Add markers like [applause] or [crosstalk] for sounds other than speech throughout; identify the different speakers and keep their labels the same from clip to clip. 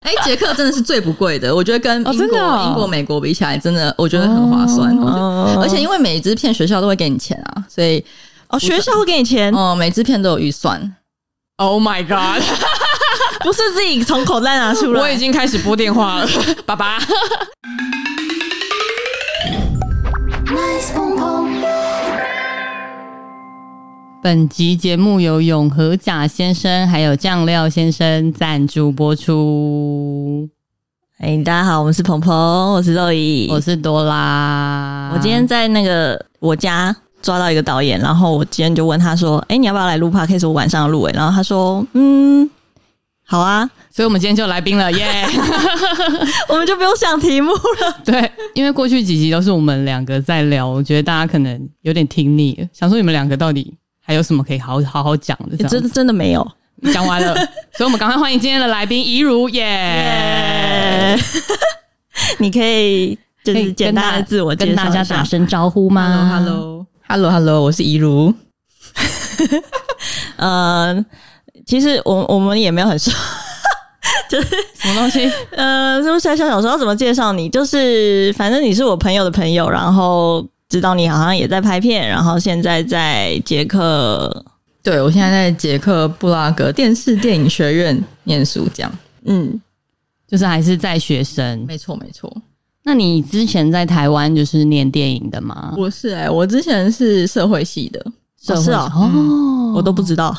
Speaker 1: 哎，捷克真的是最不贵的，我觉得跟
Speaker 2: 哦
Speaker 1: 英
Speaker 2: 真
Speaker 1: 国、
Speaker 2: 的哦
Speaker 1: 英国、美国比起来，真的我觉得很划算。我觉得
Speaker 2: 哦
Speaker 1: 而且因为每一支片学校都会给你钱啊，所以
Speaker 3: 哦，学校会给你钱，
Speaker 1: 哦、每支片都有预算。
Speaker 2: Oh my god！
Speaker 3: 不是自己从口袋拿出来。
Speaker 2: 我已经开始拨电
Speaker 3: [laughs]
Speaker 2: 话了，爸爸。
Speaker 4: [laughs] 本集节目由永和甲先生还有酱料先生赞助播出，
Speaker 3: 哎、大家好，我们是鹏鹏，我是肉姨，
Speaker 4: 我是多拉。
Speaker 3: 我今天在那个我家抓到一个导演，然后我今天就问他说：“哎、你要不要来录 podcast？我晚上要录。”哎，然后他说：“嗯，好啊，
Speaker 2: 所以我们今天就来宾了，耶、
Speaker 3: [laughs] 我们就不用想题目了。
Speaker 4: 对，因为过去几集都是我们两个在聊，我觉得大家可能有点听腻了，想说你们两个到底还有什么可以好好好讲的？这
Speaker 3: 欸”
Speaker 4: 样
Speaker 3: 真
Speaker 4: 子
Speaker 3: 的 [laughs] 真的没有。
Speaker 4: 讲完
Speaker 3: [laughs]
Speaker 4: 了，所以我们赶快欢迎今天的来宾怡如耶。
Speaker 3: [laughs] 你可以就
Speaker 4: 可以
Speaker 2: 哎
Speaker 3: 是
Speaker 4: 跟
Speaker 3: 简单的
Speaker 4: 大
Speaker 3: 自我介
Speaker 4: 跟
Speaker 3: 绍
Speaker 4: 大
Speaker 3: 一
Speaker 4: 家
Speaker 3: 下
Speaker 4: 打声招呼吗
Speaker 1: Hello，Hello，Hello，我是怡如。
Speaker 3: 呃，其实我我们也没有很熟，
Speaker 4: 什么东西？
Speaker 3: 呃，就是在想说要怎么介绍你，就是反正你是我朋友的朋友，然后知道你好像也在拍片，然后现在在捷克，
Speaker 1: 对，我现在在捷克布拉格电视电影学院念书，这样。
Speaker 3: 嗯，
Speaker 4: 就是还是在学生。
Speaker 1: 没错，没错。
Speaker 4: 那你之前在台湾就是念电影的吗？
Speaker 1: 我是哎、我之前是社会系的，
Speaker 4: 社会
Speaker 3: 是哦
Speaker 4: 哦，
Speaker 3: 我都不知道，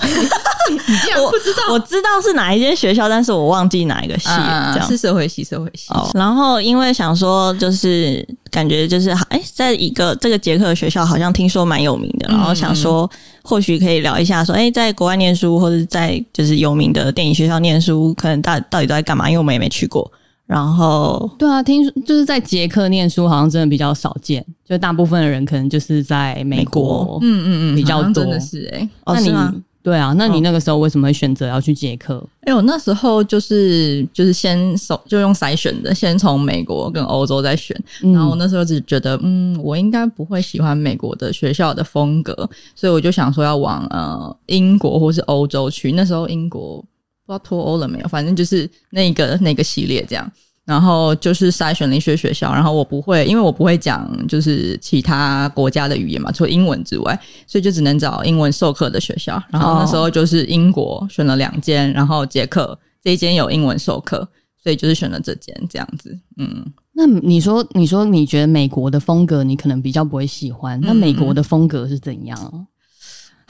Speaker 1: 你竟然不知道？
Speaker 3: 我知道是哪一间学校，但是我忘记哪一个系了、
Speaker 1: 啊
Speaker 3: 这样
Speaker 1: 是。社会系，社会系。
Speaker 3: 哦，然后因为想说，就是感觉就是哎、在一个这个捷克的学校，好像听说蛮有名
Speaker 4: 嗯
Speaker 3: 的，然后想说或许可以聊一下说、哎，在国外念书，或者在就是有名的电影学校念书，可能大到底都在干嘛？因为我们也没去过。然后
Speaker 4: 对啊，听说就是在捷克念书，好像真的比较少见，就大部分的人可能就是在美
Speaker 3: 美
Speaker 4: 国。
Speaker 1: 嗯嗯嗯，
Speaker 4: 比较
Speaker 1: 好像真
Speaker 4: 多
Speaker 1: 的是哎、
Speaker 3: 哦，
Speaker 4: 那
Speaker 3: 是
Speaker 4: 你、
Speaker 3: 吗？
Speaker 4: 对啊，那你那个时候为什么会选择要去捷克？
Speaker 1: 哎、我那时候就是就是先手就用筛选的，先从美国跟欧洲再选。
Speaker 4: 嗯
Speaker 1: 然后我那时候只觉得，嗯，我应该不会喜欢美国的学校的风格，所以我就想说要往呃英国或是欧洲去。那时候英国不知道脱欧了没有，反正就是那个那个系列这样。然后就是筛选了一些学校，然后我不会，因为我不会讲就是其他国家的语言嘛，除了英文之外，所以就只能找英文授课的学校。然后那时候就是英国选了两间，然后捷克这一间有英文授课，所以就是选了这间这样子。嗯，
Speaker 4: 那你说，你说你觉得美国的风格你可能比较不会喜欢，那美国的风格是怎样啊？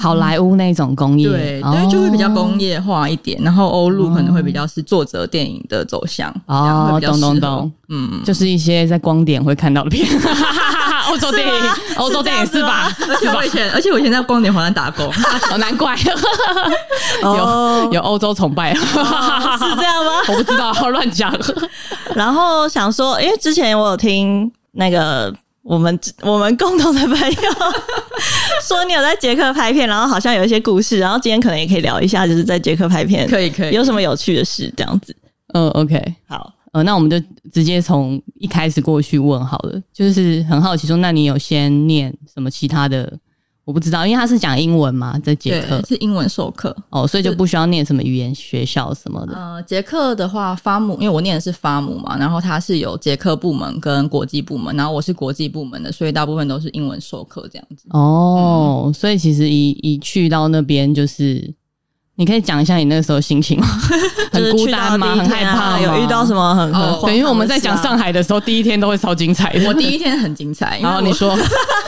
Speaker 4: 好莱坞那种工业，
Speaker 1: 对，
Speaker 4: 哦
Speaker 1: 因为就会比较工业化一点，然后欧陆可能会比较是作者电影的走向，这样会
Speaker 4: 哦，
Speaker 1: 比较
Speaker 4: 懂
Speaker 1: 适
Speaker 4: 懂
Speaker 1: 合
Speaker 4: 懂，， [laughs]
Speaker 1: 嗯，
Speaker 4: 就是一些在光点会看到的片， [laughs] 欧洲电
Speaker 3: 是
Speaker 4: 影
Speaker 3: 吗，
Speaker 4: 欧洲电影是
Speaker 3: 是这
Speaker 4: 吧
Speaker 3: 样？
Speaker 1: 而且我以前，而且我以前在光点华南打工，
Speaker 4: [laughs] 哦，难怪
Speaker 3: 哦
Speaker 4: 有有欧洲崇拜，啊
Speaker 3: 哦是这样吗？
Speaker 4: [laughs] 我不知道，乱讲。
Speaker 3: 然后想说，因为之前我有听那个我们我们共同的朋友 [laughs] 说你有在捷克拍片，然后好像有一些故事，然后今天可能也可以聊一下，就是在捷克拍片
Speaker 1: 可以可以，
Speaker 3: 有什么有趣的事这样子。
Speaker 4: 嗯，OK，
Speaker 3: 哎好，
Speaker 4: 呃，那我们就直接从一开始过去问好了，就是很好奇说，那你有先念什么其他的？我不知道，因为他是讲英文嘛，在捷克
Speaker 1: 对，是英文授课。
Speaker 4: 哦，所以就不需要念什么语言学校什么的。
Speaker 1: 呃，捷克的话，发姆，因为我念的是发姆嘛，然后它是有捷克部门跟国际部门，然后我是国际部门的，所以大部分都是英文授课这样子。
Speaker 3: 嗯
Speaker 4: 哦，所以其实一一去到那边就是。你可以讲一下你那个时候心情吗？ [laughs]
Speaker 3: 就是
Speaker 4: 很孤
Speaker 3: 去到
Speaker 4: 单吗？
Speaker 3: 第一
Speaker 4: 很
Speaker 3: 天
Speaker 4: 害
Speaker 3: 啊
Speaker 4: 怕吗？
Speaker 3: 有遇到什么很很
Speaker 1: 哦
Speaker 3: 荒
Speaker 4: 对，因为我们
Speaker 3: 唐的
Speaker 4: 在
Speaker 3: 事啊
Speaker 4: 讲上海的时候，第一天都会超精彩的。
Speaker 1: 我第一天很精彩，因为
Speaker 4: 然后
Speaker 1: 我
Speaker 4: 哦你说，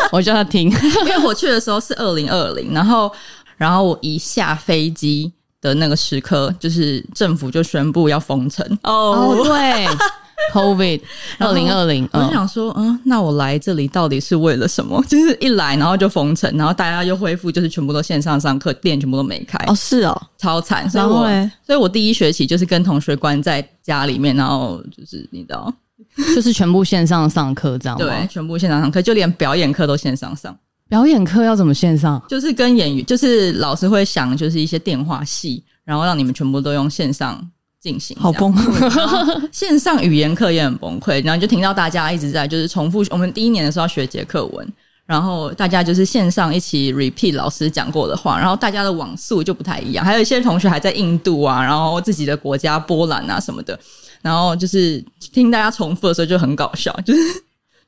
Speaker 4: 我叫他
Speaker 1: [laughs]
Speaker 4: 听。
Speaker 1: 因为我去的时候是二零二零，然后然后我一下飞机的那个时刻，就是政府就宣布要封城。
Speaker 4: 哦，
Speaker 3: 哦，
Speaker 4: 对 [laughs] ，COVID
Speaker 1: 然
Speaker 4: 二
Speaker 1: 后
Speaker 4: 零二零，
Speaker 1: 我就想说，嗯，那我来这里到底是为了什么？ [laughs] 就是一来，然后就封城，然后大家又恢复，就是全部都线上上课，店全部都没开，
Speaker 3: 哦是哦，
Speaker 1: 超惨。所以
Speaker 3: 然后
Speaker 1: 我，
Speaker 3: 嘞
Speaker 1: 所以我第一学期就是跟同学关在家里面，然后就是你知道，
Speaker 4: 嗯就是全部线上上课
Speaker 3: 哦
Speaker 4: 这样吗？
Speaker 1: 对，，全部线上上课，就连表演课都线上上。
Speaker 4: 表演课要怎么线上？
Speaker 1: 就是跟演员，就是老师会想，就是一些电话戏，然后让你们全部都用线上进行，
Speaker 3: 好崩溃。
Speaker 1: 这样。然后 [laughs] 线上语言课也很崩溃，然后就听到大家一直在就是重复。我们第一年的时候要学捷克文，然后大家就是线上一起 repeat 老师讲过的话，然后大家的网速就不太一样，还有一些同学还在印度啊，然后自己的国家波兰啊什么的。然后就是听大家重复的时候就很搞笑， [laughs] 就是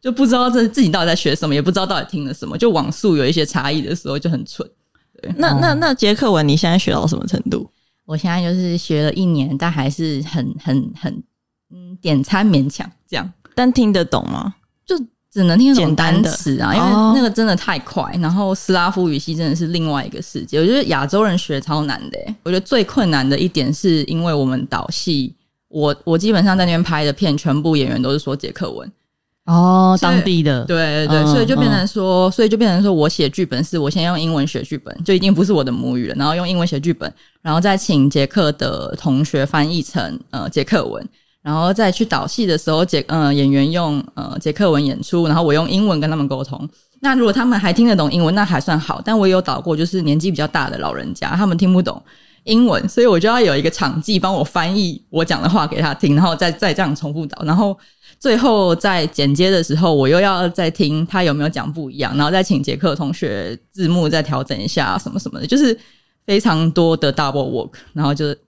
Speaker 1: 就不知道这自己到底在学什么，也不知道到底听了什么，就网速有一些差异的时候就很蠢。
Speaker 3: 那那那捷克文你现在学到什么程度？
Speaker 1: 我现在就是学了一年，但还是很很很嗯，点餐勉强这样，
Speaker 3: 但听得懂吗？
Speaker 1: 就只能听得懂
Speaker 3: 简单
Speaker 1: 单
Speaker 3: 的
Speaker 1: 词啊，因为
Speaker 3: 哦
Speaker 1: 那个真的太快。然后斯拉夫语系真的是另外一个世界，我觉得亚洲人学超难的、欸。我觉得最困难的一点是因为我们导戏，我我基本上在那边拍的片，全部演员都是说捷克文，
Speaker 4: 哦，
Speaker 1: 所以
Speaker 4: 当地的，
Speaker 1: 对对对，
Speaker 4: 嗯
Speaker 1: 所以就变成说，所以就变成说我写剧本是我先用英文写剧本，就已经不是我的母语了，然后用英文写剧本，然后再请捷克的同学翻译成呃捷克文，然后再去导戏的时候，捷呃演员用呃捷克文演出，然后我用英文跟他们沟通。那如果他们还听得懂英文，那还算好。但我也有导过，就是年纪比较大的老人家，他们听不懂英文，所以我就要有一个场记帮我翻译我讲的话给他听，然后再再这样重复导，然后最后在剪接的时候，我又要再听他有没有讲不一样，然后再请杰克同学字幕再调整一下，什么什么的，就是非常多的 double work，然后就是。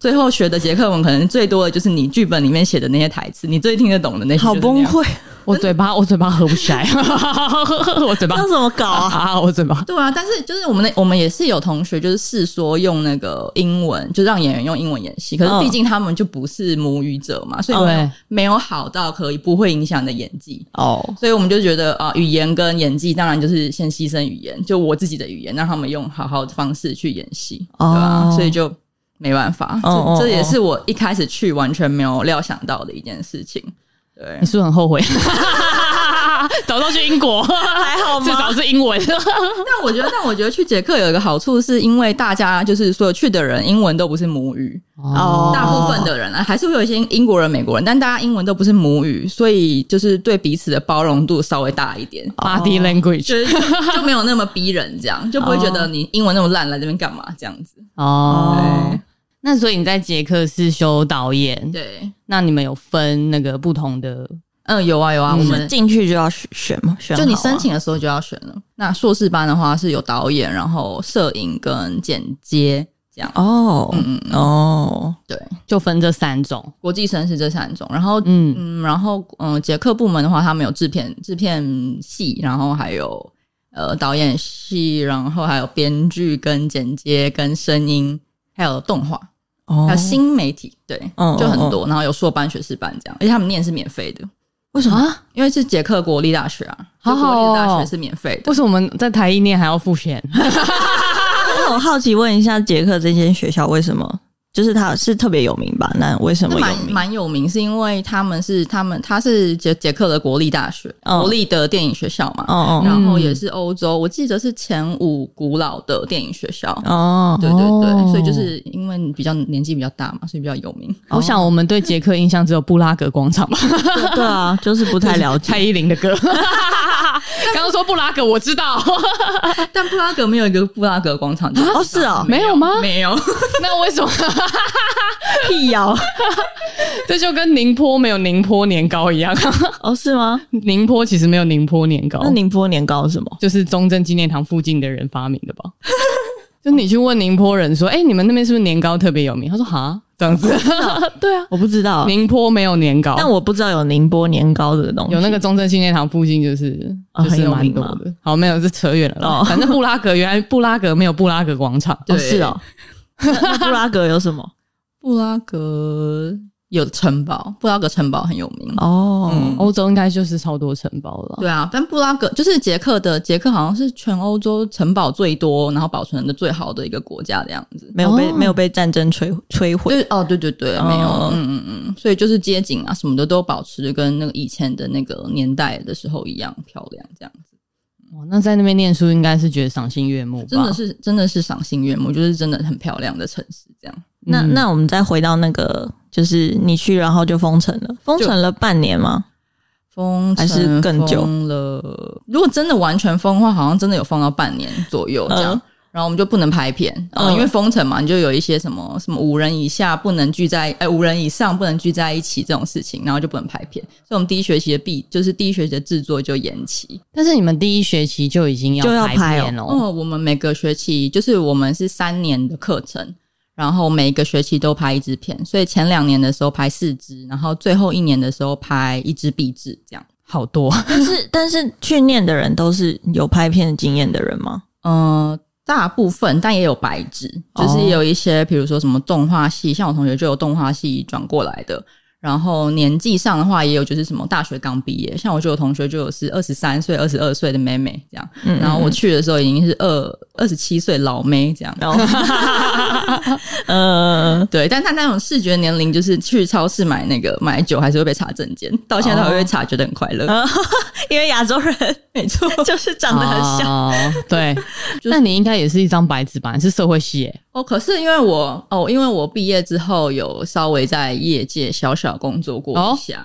Speaker 1: 最后学的捷克文可能最多的就是你剧本里面写的那些台词，你最听得懂的那些。
Speaker 3: 好崩！ [laughs] 溃，
Speaker 4: 我嘴巴我嘴巴合不起来，我嘴巴
Speaker 3: 那怎么搞啊？
Speaker 4: 啊，我嘴巴
Speaker 1: 对啊，但是就是我们的我们也是有同学就是试说用那个英文，就让演员用英文演戏，可
Speaker 3: 嗯
Speaker 1: 是毕竟他们就不是母语者嘛，所以
Speaker 4: 哦
Speaker 1: 没有
Speaker 4: 对
Speaker 1: 没有好到可以不会影响你的演技。
Speaker 3: [laughs] 哦，
Speaker 1: 所以我们就觉得啊、语言跟演技当然就是先牺牲语言，就我自己的语言，让他们用好好的方式去演戏，对吧、
Speaker 3: 哦
Speaker 1: 所以就没办法，
Speaker 3: 哦哦
Speaker 1: 这这也
Speaker 3: 哦
Speaker 1: 是我一开始去完全没有料想到的一件事情。对
Speaker 4: 你，是不是很后悔？ [laughs] 早知道去英国，
Speaker 3: 还好
Speaker 4: 至
Speaker 3: 吗？
Speaker 4: 少是英文。
Speaker 1: 但我觉得，但我觉得去捷克有一个好处，是因为大家就是所有去的人英文都不是母语，
Speaker 3: 哦
Speaker 1: 大部分的人啊，还是会有一些英国人、美国人，但大家英文都不是母语，所以就是对彼此的包容度稍微大一点。
Speaker 4: body
Speaker 1: [laughs]
Speaker 4: language
Speaker 1: 就是就就没有那么逼人，这样就不会觉得你英文那么烂，来这边干嘛？这样子，
Speaker 4: 哦。那所以你在捷克是修导演，
Speaker 1: 对，
Speaker 4: 那你们有分那个不同的
Speaker 1: 嗯，有啊有啊，我
Speaker 3: 是
Speaker 1: 们
Speaker 3: 哦进去就要选选吗？选
Speaker 1: 就你
Speaker 3: 好啊
Speaker 1: 申请的时候就要选了。那硕士班的话是有导演，然后摄影跟剪接这样。
Speaker 3: 哦，
Speaker 1: 嗯嗯，
Speaker 3: 哦，
Speaker 1: 对，
Speaker 4: 就分这三种。
Speaker 1: 国际生是这三种，然后嗯
Speaker 4: 嗯，
Speaker 1: 然后嗯，捷克部门的话，他们有制片制片系，然后还有呃导演系，然后还有编剧跟剪接跟声音，还有动画，
Speaker 3: 哦
Speaker 1: 还有新媒体，对，
Speaker 3: 嗯
Speaker 1: 就很多。然后有硕班、学士班这样，而且他们念是免费的。
Speaker 3: 为什么？
Speaker 1: 因为是捷克国立大学啊，
Speaker 4: 好好哦
Speaker 1: 就国立的大学是免费的。
Speaker 3: 哦
Speaker 4: 为什么我们在台一念还要付钱？
Speaker 3: 那我好奇问一下，捷克这间学校为什么？就是它是特别有名吧？那为什
Speaker 1: 那
Speaker 3: 么有
Speaker 1: 蛮
Speaker 3: 名？
Speaker 1: 蛮有名，是因为他们是他们他是捷捷克的国立大学，
Speaker 3: 嗯
Speaker 1: 国立的电影学校嘛，
Speaker 3: 哦
Speaker 1: 然后也是欧洲，我记得是前五古老的电影学校。
Speaker 3: 哦哦，
Speaker 1: 对对对，
Speaker 4: 哦
Speaker 1: 所以就是因为你比较年纪比较大嘛，所以比较有名。
Speaker 4: 哦我想我们对捷克印象只有布拉格广场吧，
Speaker 3: 对对啊，就是不 [laughs] 太了
Speaker 4: [laughs] 蔡
Speaker 3: 解。
Speaker 4: 依林
Speaker 3: [laughs]
Speaker 4: 的歌。刚刚说布拉格，我知道，
Speaker 1: 但布拉格没有一个布拉格广场，
Speaker 3: 哦，是哦，
Speaker 4: 没有吗？
Speaker 1: 没有。
Speaker 4: 那为什么？ [laughs]
Speaker 3: 辟谣。
Speaker 4: 这就跟宁波没有宁波年糕一样， [laughs]
Speaker 3: 哦，是吗？
Speaker 4: 宁波其实没有宁波年糕
Speaker 3: 那，宁波年糕是什么？
Speaker 4: 就是中正纪念堂附近的人发明的吧？ [laughs] 就你去问宁波人说：“哎、你们那边是不是年糕特别有名？”他说：“哈，这样子。” [laughs] 对啊，
Speaker 3: 我不知道，
Speaker 4: 宁波没有年糕，
Speaker 3: 但我不知道有宁波年糕这个东西。
Speaker 4: 有那个中正纪念堂附近就是、
Speaker 3: 哦
Speaker 4: 就是蛮多
Speaker 3: 很有
Speaker 4: 的。好，没有，这扯远了啦。
Speaker 3: 哦
Speaker 4: 反正布拉格原来布拉格没有布拉格广场，
Speaker 1: 对
Speaker 3: 哦，是哦。那那布拉格有什么？
Speaker 1: 布拉格有城堡，布拉格城堡很有名。
Speaker 3: [laughs] 哦
Speaker 1: 嗯
Speaker 4: 欧洲应该就是超多城堡了。
Speaker 1: 对啊，但布拉格就是捷克的，捷克好像是全欧洲城堡最多，然后保存的最好的一个国家的样子。
Speaker 3: 没有被
Speaker 4: 哦
Speaker 3: 没有被战争摧摧毁。
Speaker 1: 对哦，对对对，
Speaker 3: 哦
Speaker 1: 没有，嗯嗯嗯，所以就是街景啊什么的都保持得跟那个以前的那个年代的时候一样漂亮，这样子
Speaker 4: 哇，那在那边念书应该是觉得赏心悦目吧？
Speaker 1: 真的是真的是赏心悦目，就是真的很漂亮的城市，这样
Speaker 4: 嗯，
Speaker 3: 那那我们再回到那个，就是你去然后就封城了，封城了半年吗？
Speaker 1: 封
Speaker 3: 还是更久
Speaker 1: 封了。如果真的完全封的话，好像真的有封到半年左右这样。
Speaker 3: 嗯
Speaker 1: 然后我们就不能拍片，嗯、
Speaker 3: 嗯
Speaker 1: 因为封城嘛，你就有一些什么什么五人以下不能聚在，哎，五人以上不能聚在一起这种事情，然后就不能拍片。所以我们第一学期的毕就是第一学期的制作就延期。
Speaker 4: 但是你们第一学期就已经要
Speaker 3: 就要拍
Speaker 1: 嗯
Speaker 3: 哦
Speaker 4: 片了，
Speaker 1: 哦，我们每个学期就是我们是三年的课程，然然后每一个学期都拍一支片，所以前两年的时候拍四支，然后最后一年的时候拍一支壁纸，这样
Speaker 4: 好多，
Speaker 3: 但是但是去念的人都是有拍片经验的人吗？
Speaker 1: 呃，大部分，但也有白纸，就是也有一些，比如说什么动画系，像我同学就有动画系转过来的。然后年纪上的话，也有就是什么大学刚毕业，像我就有同学就有是二十三岁、二十二岁的妹妹这样。
Speaker 3: 嗯
Speaker 1: 然后我去的时候已经是二二十七岁老妹这样。
Speaker 3: 然后， [laughs] 呃，
Speaker 1: 对，但他那种视觉年龄，就是去超市买那个买酒，还是会被查证件，到现在都还会
Speaker 4: 哦
Speaker 1: 被查，觉得很快
Speaker 4: 嗯
Speaker 1: 乐。
Speaker 3: 因为亚洲人
Speaker 1: 没错，
Speaker 3: [laughs] 就是长得很像，
Speaker 4: 哦、对，那你应该也是一张白纸吧？你是社会系耶、
Speaker 1: 哦，可是因为我哦，因为我毕业之后有稍微在业界小小工作过一下，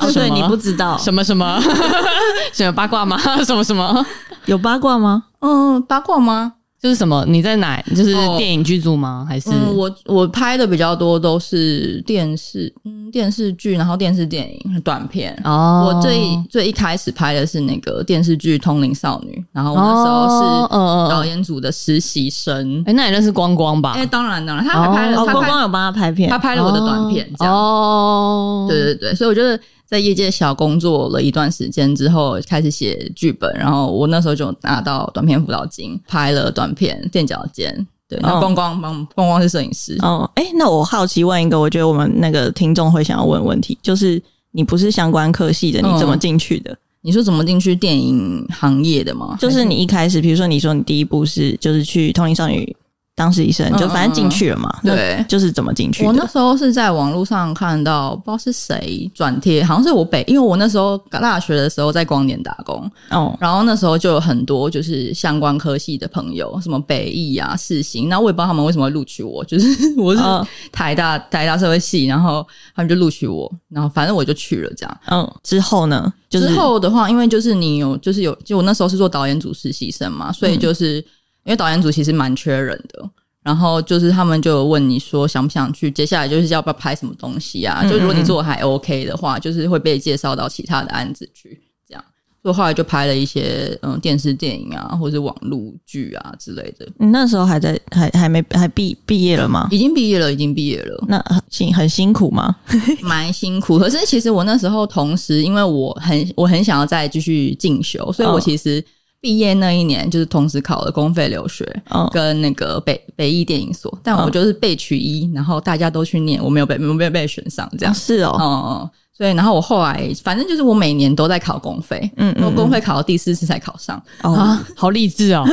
Speaker 3: 哦，
Speaker 4: 什
Speaker 3: 对，
Speaker 4: 么
Speaker 3: 你不知道
Speaker 4: 什么什么 [laughs] 什么八卦吗？ [laughs] 什么什么？
Speaker 3: 有八卦吗？
Speaker 1: 嗯，八卦吗？
Speaker 4: 就是什么？你在哪？就是
Speaker 1: 哦
Speaker 4: 电影剧组吗？还是、
Speaker 1: 嗯，我我拍的比较多都是电视，嗯，电视剧，然后电视电影、短片。
Speaker 4: 哦？
Speaker 1: 我最最一开始拍的是那个电视剧《通灵少女》，然后我那时
Speaker 4: 哦
Speaker 1: 候
Speaker 4: 嗯嗯嗯
Speaker 1: 是导演组的实习生
Speaker 4: 哎、。那你认识光光吧？
Speaker 1: 哎、当然当然，他还拍了，
Speaker 3: 哦，
Speaker 1: 他
Speaker 3: 光
Speaker 1: 拍
Speaker 3: 光有帮他拍片
Speaker 1: 他，拍了我的短片，这样。
Speaker 3: 哦
Speaker 4: 哦，
Speaker 1: 对对对，所以我觉得在业界小工作了一段时间之后，开始写剧本，然后我那时候就拿到短片辅导金，拍了短片《垫脚尖》。对，然后
Speaker 3: 哦
Speaker 1: 光光帮光光是摄影师，
Speaker 3: 哦，哎、那我好奇问一个，我觉得我们那个听众会想要问的问题，就是你不是相关科系的，
Speaker 1: 嗯
Speaker 3: 你怎么进去的？
Speaker 1: 你说怎么进去电影行业的吗？
Speaker 3: 就是你一开始，比如说你说你第一步是就是去通灵少女当实习生，
Speaker 1: 嗯
Speaker 3: 就反正进去了嘛，
Speaker 1: 嗯嗯
Speaker 3: 那
Speaker 1: 对
Speaker 3: 就是怎么进去
Speaker 1: 我那
Speaker 3: 的？
Speaker 1: 时候是在网络上看到，不知道是谁转贴，好像是我北，因为我那时候大学的时候在光年打工，
Speaker 3: 哦，
Speaker 1: 然后那时候就有很多就是相关科系的朋友，什么北艺啊、世新，那我也不知道他们为什么会录取我，就是 [laughs] 我是
Speaker 3: 嗯
Speaker 1: 台大、台大社会系，然后他们就录取我，然后反正我就去了这样。
Speaker 3: 嗯，之后呢？就是
Speaker 1: 之后的话，因为就是你有，就是有，就我那时候是做导演组实习生嘛，所以
Speaker 3: 嗯
Speaker 1: 就是、因为导演组其实蛮缺人的。然后就是他们就有问你说想不想去，接下来就是要不要拍什么东西啊？
Speaker 3: 嗯
Speaker 1: 就如果你做的还 OK 的话，就是会被介绍到其他的案子去这样。所以后来就拍了一些嗯电视电影啊，或者是网络剧啊之类的。
Speaker 3: 你那时候还在还还没还毕毕业了吗？
Speaker 1: 已经毕业了，已经毕业了。
Speaker 3: 那很辛很辛苦吗？
Speaker 1: 蛮辛苦。可是其实我那时候同时，因为我很我很想要再继续进修，所以我
Speaker 3: 嗯
Speaker 1: 其实毕业那一年就是同时考了公费留学
Speaker 3: 嗯，
Speaker 1: 跟那个北北艺电影所，但我
Speaker 3: 嗯
Speaker 1: 就是被取一，然后大家都去念，我没有被没有被被选上这样。
Speaker 3: 是哦，
Speaker 1: 哦、嗯，所以然后我后来反正就是我每年都在考公费。
Speaker 3: 嗯
Speaker 1: 我
Speaker 3: 嗯，
Speaker 1: 公费考到第四次才考上，
Speaker 3: 嗯哦，
Speaker 4: 啊， [laughs] 好励志 [laughs] 哦，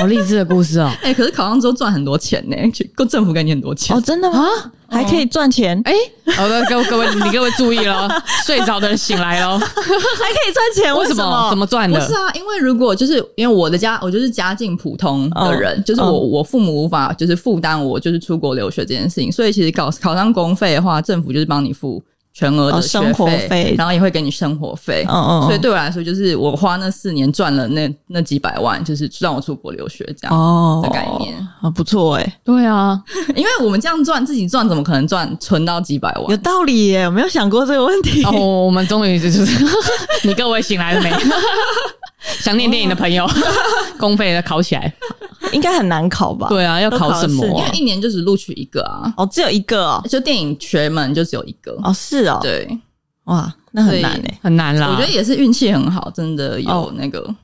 Speaker 4: 好励志的故事哦。
Speaker 1: 哎、可是考上之后赚很多钱呢、就够政府给你很多钱
Speaker 3: 哦，。真的吗？还可以赚钱，
Speaker 1: 哦
Speaker 4: 哎、好的，各位各位，你各位注意 [laughs] 喽，睡着的人醒来 [laughs] 喽。
Speaker 3: [laughs] 还可以赚钱？
Speaker 4: 为什么？
Speaker 3: 么？
Speaker 4: 怎么赚
Speaker 1: 不
Speaker 4: 的？
Speaker 1: 是啊，因为如果就是因为我的家，我就是家境普通的人，
Speaker 3: 嗯
Speaker 1: 就是我、
Speaker 3: 嗯
Speaker 1: 我父母无法就是负担我就是出国留学这件事情，所以其实考考上公费的话，政府就是帮你付全额的
Speaker 3: 哦
Speaker 1: 学
Speaker 3: 生活费
Speaker 1: 然后也会给你生活费。
Speaker 3: 嗯嗯，嗯
Speaker 1: 所以对我来说，就是我花那四年赚了那那几百万，就是让我出国留学啊这样。
Speaker 3: 哦
Speaker 1: 的概念 [laughs]
Speaker 3: 啊，不错哎、
Speaker 4: 对啊，
Speaker 1: 因为我们这样赚，自己赚怎么可能赚存到几百
Speaker 3: 有
Speaker 1: 万？
Speaker 3: 道理耶，我没有想过这个问题。
Speaker 4: 哦，我们终于就是 [laughs] 你各位醒来 [laughs] 了没？想念电影的朋友， [laughs] 公费的考起来。
Speaker 3: 应该很难考吧？
Speaker 4: 对啊，要考什么
Speaker 3: 都考
Speaker 1: 因
Speaker 3: 了
Speaker 1: 为
Speaker 4: 啊？
Speaker 1: 一年就只录取一个啊，
Speaker 3: 哦，只有一个哦，
Speaker 1: 就电影学门就只有一个。
Speaker 3: 哦是哦，
Speaker 1: 对，
Speaker 3: 哇，那很难哎。
Speaker 4: 很难啦。
Speaker 1: 我觉得也是运气很好，真的有
Speaker 3: 哦
Speaker 1: 那个、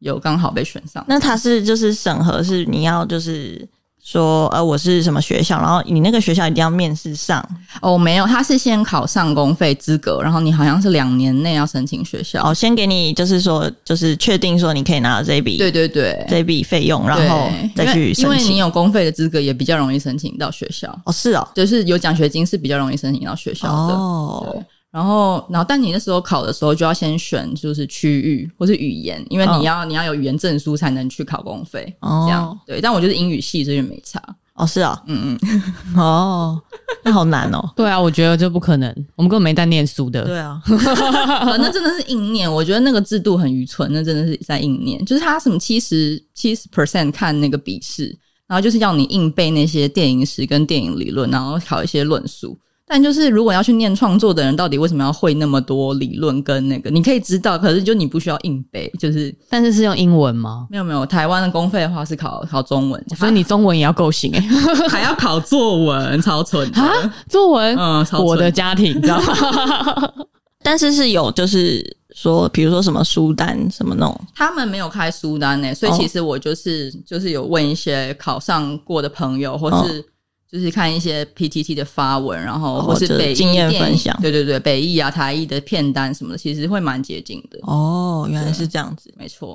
Speaker 1: 有刚好被选上。
Speaker 3: 那他是就是审核是你要就是说呃我是什么学校，然后你那个学校一定要面试上
Speaker 1: 哦，没有，他是先考上公费资格，然后你好像是两年内要申请学校。
Speaker 3: 哦，先给你就是说就是确定说你可以拿到这一笔
Speaker 1: 对对对，
Speaker 3: 这笔费用，然
Speaker 1: 对
Speaker 3: 后再去
Speaker 1: 因为
Speaker 3: 申
Speaker 1: 因为你
Speaker 3: 请。
Speaker 1: 有公费的资格，也比较容易申请到学校，
Speaker 3: 哦是哦，
Speaker 1: 就是有奖学金是比较容易申请到学校的。
Speaker 3: 哦
Speaker 1: 对然后，然后，但你那时候考的时候就要先选就是区域或是语言，因为你要、你要有语言证书才能去考公费，这样、
Speaker 3: 嗯哦
Speaker 1: 对。但我就是英语系，所以就没差。
Speaker 3: 哦是哦
Speaker 1: 嗯嗯。
Speaker 3: [laughs]
Speaker 1: 嗯
Speaker 3: 哦，那好难哦。
Speaker 4: 对啊，我觉得这不可能，我们根本没在念书的。
Speaker 3: 对啊，
Speaker 1: 啊，那真的是硬念，我觉得那个制度很愚蠢，那真的是在硬念。就是他什么七十七十 percent 看那个笔试，然后就是要你硬背那些电影史跟电影理论，然后考一些论述。但就是如果要去念创作的人，到底为什么要会那么多理论跟那个？你可以知道，可是就你不需要硬背，就是
Speaker 4: 但是是用英文吗？
Speaker 1: 没有没有。台湾的公费的话是考考中文，
Speaker 4: 所
Speaker 1: [laughs]
Speaker 4: 以你中文也要够行哎、欸！
Speaker 1: 还还要考作文，超蠢的。
Speaker 4: 啊，作文，
Speaker 1: 嗯，超蠢
Speaker 4: 我的家庭，你知道
Speaker 1: [laughs]
Speaker 4: 吗？ [laughs]
Speaker 3: 但是是有就是说，比如说什么书单什么那种，
Speaker 1: 他们没有开书单呢、所
Speaker 3: 哦
Speaker 1: 以其实我就是、就是有问一些考上过的朋友，或是就是看一些 PTT 的发文，然后
Speaker 3: 哦
Speaker 1: 或是
Speaker 3: 就是
Speaker 1: 北艺
Speaker 3: 经验
Speaker 1: 电影
Speaker 3: 分享
Speaker 1: 对对对，北艺啊、台艺的片单什么的，其实会蛮接近的。
Speaker 3: 哦，原来是这样子，
Speaker 1: 没错，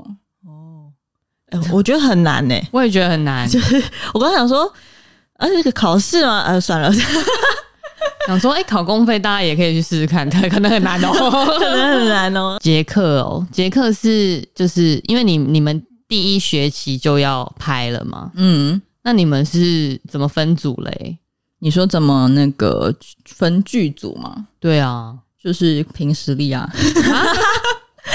Speaker 3: 哦，哎我觉得很难呢、
Speaker 4: 我也觉得很难，
Speaker 3: 我刚想说，啊，这个考试吗？呃，算了， [laughs]
Speaker 4: 想说，哎、考公费大家也可以去试试看， [laughs] 但可能很难
Speaker 1: [laughs]
Speaker 3: 可
Speaker 4: 哦。
Speaker 3: 能很难 [laughs] 哦。
Speaker 4: 捷克哦，捷克是就是因为你你们第一学期就要拍了嘛，
Speaker 1: 嗯，
Speaker 4: 那你们是怎么分组嘞？
Speaker 1: 你说怎么那个分剧组嘛？
Speaker 4: 对啊，
Speaker 1: 就是凭实力啊，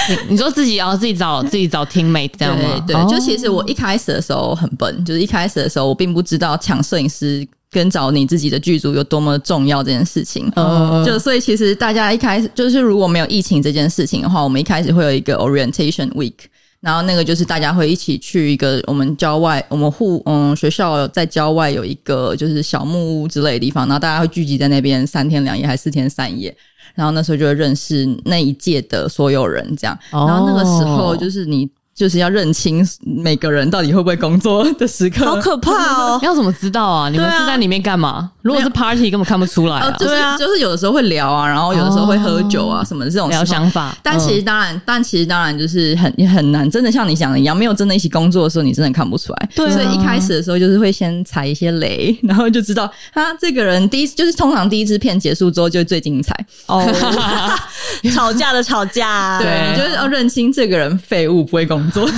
Speaker 4: 你你说自己要、自己找自己找 teammate 这样吗？
Speaker 1: 对，
Speaker 4: 哦
Speaker 1: 对就其实我一开始的时候很笨，就是一开始的时候我并不知道抢摄影师跟找你自己的剧组有多么重要这件事情。
Speaker 4: 嗯
Speaker 1: 就所以其实大家一开始就是如果没有疫情这件事情的话，我们一开始会有一个 orientation week。然后那个就是大家会一起去一个我们郊外，我们户嗯学校在郊外有一个就是小木屋之类的地方，然后大家会聚集在那边三天两夜还是四天三夜，然后那时候就会认识那一届的所有人这样，
Speaker 4: 哦
Speaker 1: 然后那个时候就是你就是要认清每个人到底会不会工作的时刻，
Speaker 3: 好可怕哦！ [laughs]
Speaker 4: 你要怎么知道啊？你们
Speaker 3: 对啊
Speaker 4: 是在里面干嘛？如果是 party，根本看不出来
Speaker 1: 呃
Speaker 4: 啊。
Speaker 1: 就是、
Speaker 3: 对啊
Speaker 1: 就是有的时候会聊啊，然后有的时候会喝酒啊、什么的这种
Speaker 4: 聊
Speaker 1: 时候
Speaker 4: 想法，
Speaker 1: 但其实
Speaker 4: 嗯
Speaker 1: 当然，但其实当然就是很也很难，真的像你讲的一样，没有真的一起工作的时候，你真的看不出来。
Speaker 3: 对啊
Speaker 1: 所以一开始的时候就是会先踩一些雷，然后就知道他这个人第一就是通常第一支片结束之后就最精彩，
Speaker 3: 哦，
Speaker 4: 嗯
Speaker 3: 吵架的吵架，啊
Speaker 1: 你就是要认清这个人废物不会工
Speaker 4: [laughs]
Speaker 1: 作，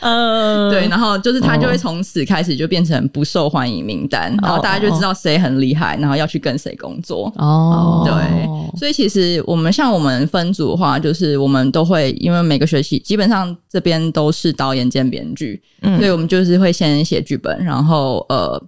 Speaker 3: 嗯，哦
Speaker 1: 对，然后就是他就会从此开始就变成不受欢迎名单，然后大家就知
Speaker 3: 哦
Speaker 1: 道谁很厉害，然后要去跟谁工作。
Speaker 4: 哦，
Speaker 1: [laughs] 对，所以其实我们像我们分组的话，就是我们都会因为每个学期基本上这边都是导演兼编剧，
Speaker 3: 嗯
Speaker 1: 所以我们就是会先写剧本，然后呃。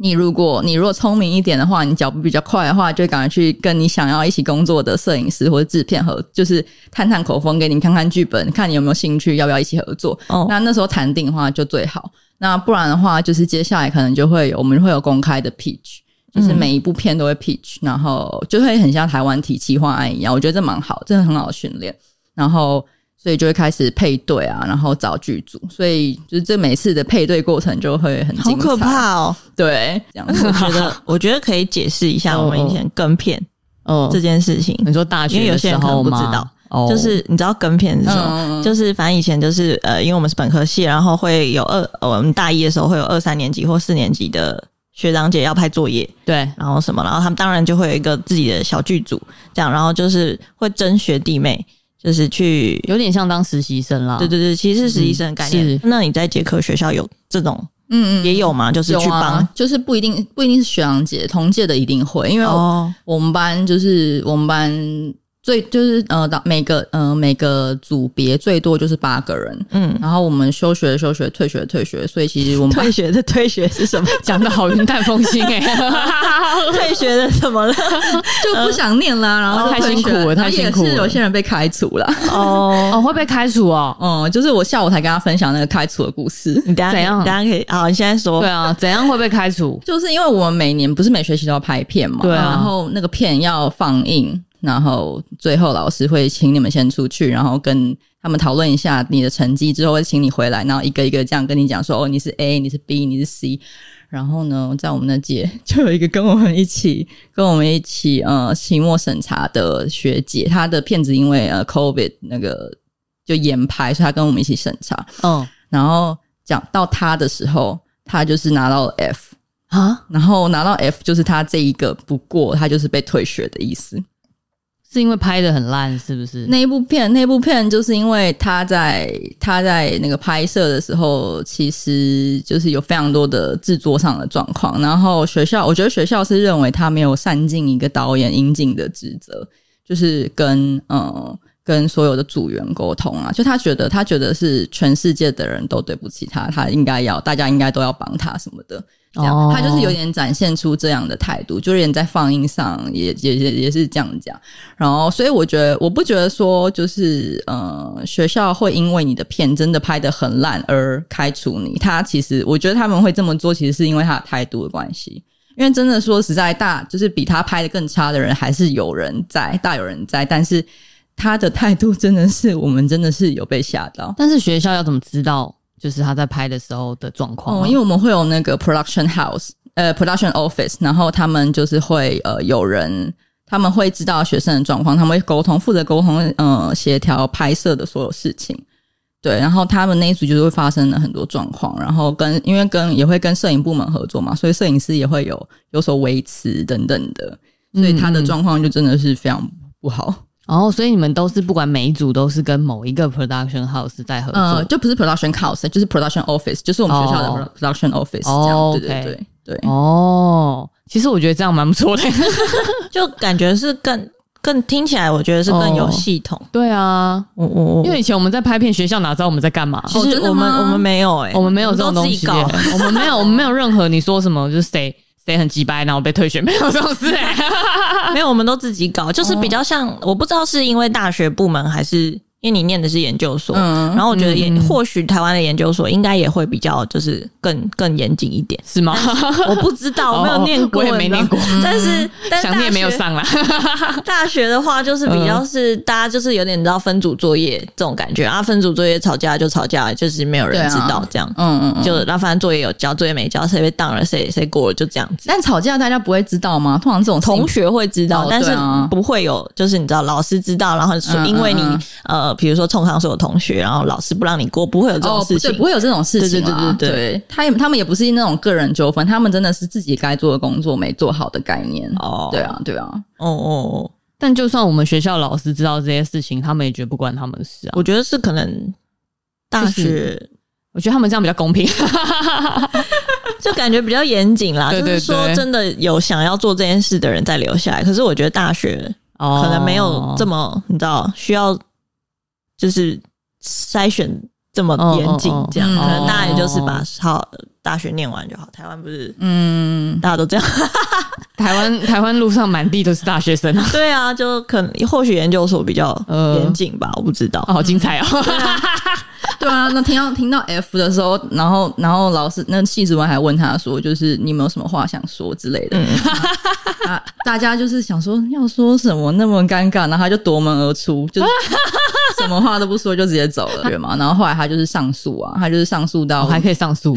Speaker 1: 你如果你如果聪明一点的话，你脚步比较快的话，就会赶快去跟你想要一起工作的摄影师或者制片合，就是探探口风，给你看看剧本，看你有没有兴趣，要不要一起合作。
Speaker 3: 哦
Speaker 1: 那那时候谈定的话就最好，那不然的话就是接下来可能就会有我们会有公开的 pitch，就是每一部片都会 pitch，、然
Speaker 3: 嗯
Speaker 1: 后就会很像台湾提企划案一样，我觉得这蛮好，这很好的训练。然后所以就会开始配对啊，然后找剧组，所以就是这每次的配对过程就会很
Speaker 3: 好
Speaker 1: 精彩
Speaker 3: 可，怕哦！
Speaker 1: 对，这样
Speaker 3: [laughs]
Speaker 1: 子
Speaker 3: 我觉得，我觉得可以解释一下我们以前跟片
Speaker 4: 哦
Speaker 3: 这件事情，
Speaker 4: [laughs] 你说大
Speaker 3: 因为
Speaker 4: 学
Speaker 3: 有
Speaker 4: 的
Speaker 3: 些
Speaker 4: 时
Speaker 3: 人可能
Speaker 4: 候
Speaker 3: 不
Speaker 4: 吗？
Speaker 3: 知道
Speaker 4: 哦
Speaker 3: 就是你知道跟片是什么？
Speaker 1: 嗯
Speaker 3: 就是反正以前就是呃，因为我们是本科系，然后会有二呃我们大一的时候会有二三年级或四年级的学长姐要拍作业，
Speaker 4: 对，
Speaker 3: 然后什么，然后他们当然就会有一个自己的小剧组，这样，然后就是会争学弟妹，就是去，
Speaker 4: 有点像当实习生啦。
Speaker 3: 对对对，其实是实习生的概念。
Speaker 4: 啊嗯
Speaker 3: 那你在捷克学校有这种
Speaker 1: 嗯
Speaker 3: 也。有吗？就是
Speaker 1: 有
Speaker 3: 去帮、
Speaker 1: 啊，就是不一定不一定是学长姐，同届的一定会，因为
Speaker 3: 哦，
Speaker 1: 我们班就是我们班最就是呃，到每个呃每个组别最多就是八个人，
Speaker 3: 嗯，
Speaker 1: 然后我们休学休学，退学退学，所以其实我
Speaker 4: [laughs]
Speaker 1: 们班
Speaker 3: 退学的退学是什么？
Speaker 4: 讲的好云淡风轻哎、
Speaker 3: [laughs]
Speaker 4: 啊
Speaker 3: 退学的怎
Speaker 4: [laughs]
Speaker 3: 么了？
Speaker 1: [laughs] 就不想念啦，然后就
Speaker 4: 哦太
Speaker 1: 退
Speaker 4: 辛
Speaker 1: 学
Speaker 4: 苦了
Speaker 1: 然后
Speaker 4: 太辛苦
Speaker 1: 也是
Speaker 4: 了
Speaker 1: 有些人被开除了。
Speaker 3: 哦，
Speaker 4: 哦，会被开除哦。
Speaker 1: 嗯，就是我下午才跟他分享那个开除的故事，
Speaker 3: 你等一下
Speaker 4: 怎样
Speaker 3: 你等一下可以，好，你现在说，
Speaker 4: 对啊，怎样会被开除？
Speaker 1: 就是因为我们每年不是每学期都要拍片嘛，
Speaker 4: 对啊
Speaker 1: 然后那个片要放映，然后最后老师会请你们先出去，然后跟他们讨论一下你的成绩，之后会请你回来，然后一个一个这样跟你讲说，哦，你是 A，你是 B，你是 C。然后呢，在我们那届就有一个跟我们一起跟我们一起呃期末审查的学姐，她的片子因为呃 COVID 那个就延拍，所以她跟我们一起审查。
Speaker 4: 嗯
Speaker 1: 然后讲到她的时候，她就是拿到了 F，
Speaker 4: 啊，
Speaker 1: 然后拿到 F 就是他这一个不过，他就是被退学的意思。
Speaker 4: 是因为拍的很烂，是不是？
Speaker 1: 那一部片，那一部片就是因为他在他在那个拍摄的时候，其实就是有非常多的制作上的状况。然后学校，我觉得学校是认为他没有善尽一个导演应尽的职责，就是跟呃跟所有的组员沟通啊，就他觉得他觉得是全世界的人都对不起他，他应该要大家应该都要帮他什么的。这样，
Speaker 4: 哦
Speaker 1: 他就是有点展现出这样的态度，就连在放映上也也也也是这样讲。然后，所以我觉得我不觉得说就是呃，学校会因为你的片真的拍的很烂而开除你。他其实我觉得他们会这么做，其实是因为他的态度的关系。因为真的说实在大，就是比他拍的更差的人还是有人在，大有人在，但是。他的态度真的是，我们真的是有被吓到。
Speaker 4: 但是学校要怎么知道就是他在拍的时候的状况啊？
Speaker 1: 哦，因为我们会有那个 production house，呃，production office，然后他们就是会呃有人，他们会知道学生的状况，他们会沟通，负责沟通，呃，协调拍摄的所有事情。对，然后他们那一组就是会发生了很多状况，然后跟因为跟也会跟摄影部门合作嘛，所以摄影师也会有有所维持等等的，所以他的状况就真的是非常不好。
Speaker 4: 哦，所以你们都是不管每一组都是跟某一个 production house 在合作，
Speaker 1: 呃，就不是 production house，就是 production office，就是我们学校的
Speaker 4: 嗯哦
Speaker 1: production office 这样。
Speaker 4: 哦
Speaker 1: 对对
Speaker 4: OK
Speaker 1: 对对。
Speaker 4: 哦，其实我觉得这样蛮不错的。
Speaker 3: 就感觉是更更听起来，我觉得是更有
Speaker 4: 哦
Speaker 3: 系统。
Speaker 4: 对啊，
Speaker 3: 我我我
Speaker 4: 因为以前我们在拍片，学校哪知道我们在干嘛？
Speaker 1: 哦
Speaker 3: 其实
Speaker 1: 真的
Speaker 3: 我们
Speaker 1: 吗
Speaker 3: 我们没有哎、
Speaker 4: 我们没有这种
Speaker 3: 我们都
Speaker 4: 东
Speaker 3: 自己
Speaker 4: 西耶、
Speaker 3: 搞。 [laughs]
Speaker 4: 我们没有，我们没有任何你说什么就是谁谁很鸡掰，然后被退学，没有这种事、欸。
Speaker 3: 没有，我们都自己搞，
Speaker 4: 哦
Speaker 3: 就是比较像，我不知道是因为大学部门，还是因为你念的是研究所，
Speaker 1: 嗯
Speaker 3: 然后我觉得也、
Speaker 4: 嗯，
Speaker 3: 或许台湾的研究所应该也会比较就是更更严谨一
Speaker 1: [laughs]
Speaker 3: 点
Speaker 4: [laughs] 是吗？
Speaker 3: 我不知道，我没
Speaker 1: 哦
Speaker 3: 有念过，
Speaker 4: 我也没念过
Speaker 3: 你知道，但
Speaker 1: 嗯
Speaker 3: 是 [laughs] 但是
Speaker 4: 想念没有
Speaker 3: 大学
Speaker 4: 上啦。 [laughs]
Speaker 3: 大学的话，就是比
Speaker 1: 嗯
Speaker 3: 较是、大家就是有点你知道分组作业这种感觉啊，分组作业吵架就吵架，就是没有
Speaker 1: 对
Speaker 3: 人
Speaker 1: 啊
Speaker 3: 知道这样。
Speaker 1: 嗯嗯嗯，
Speaker 3: 就那反正作业有交，作业没交，谁被当了，谁谁过了，就这样子。
Speaker 1: 但吵架大家不会知道吗？通常这种事情
Speaker 3: 同学会知道，
Speaker 1: 哦
Speaker 3: 但是
Speaker 1: 对啊
Speaker 3: 不会有，就是你知道，老师知道，然后说
Speaker 1: 嗯
Speaker 3: 因为你、
Speaker 1: 嗯嗯
Speaker 3: 呃，比如说冲康所有同学，然后老师不让你过，不会有这种
Speaker 1: 哦，
Speaker 3: 事
Speaker 1: 不
Speaker 3: 情。
Speaker 1: 对，不会有这种事情啦。
Speaker 3: 对对对对
Speaker 1: 对，他也他们也不是那种个人纠纷，他们真的是自己该做的工作没做好的概念。
Speaker 3: 哦，
Speaker 1: 对，啊，对啊，
Speaker 3: 哦哦哦，
Speaker 4: 但就算我们学校老师知道这些事情，他们也觉得不关他们的事啊。
Speaker 3: 我觉得是可能大
Speaker 4: 就
Speaker 3: 学
Speaker 4: [laughs] 是我觉得他们这样比较公平。
Speaker 3: 就感觉比较严谨啦，
Speaker 4: 对对
Speaker 3: 就是说
Speaker 4: 对
Speaker 3: 真的有想要做这件事的人再留下来。可是我觉得大学
Speaker 4: 哦
Speaker 3: 可能没有这么你知道需要就是筛选这么严谨
Speaker 4: 哦哦哦
Speaker 3: 这样，
Speaker 1: 嗯
Speaker 3: 可能大家也就是把
Speaker 4: 哦
Speaker 3: 好大学念完就好。台湾不是
Speaker 1: 嗯，
Speaker 3: 大家都
Speaker 4: [laughs]
Speaker 3: 这样。
Speaker 4: 台湾台湾路上满地都是大学生啊，
Speaker 3: 对啊，就可能或许研究所比较
Speaker 4: 呃
Speaker 3: 严谨吧，我不知道。
Speaker 4: 哦好精彩
Speaker 3: 嗯
Speaker 4: 哦！
Speaker 1: 对啊。那听到听到 F 的时候，然后然后老师那系主任还问他说，就是你有没有什么话想说之类的。 [laughs] 啊，大家就是想说要说什么那么尴尬，然后他就夺门而出， [laughs] 就是什么话都不说就直接走了，对吗？然后后来他就是上诉啊，他就是上诉到
Speaker 4: [laughs] 我还可以上诉，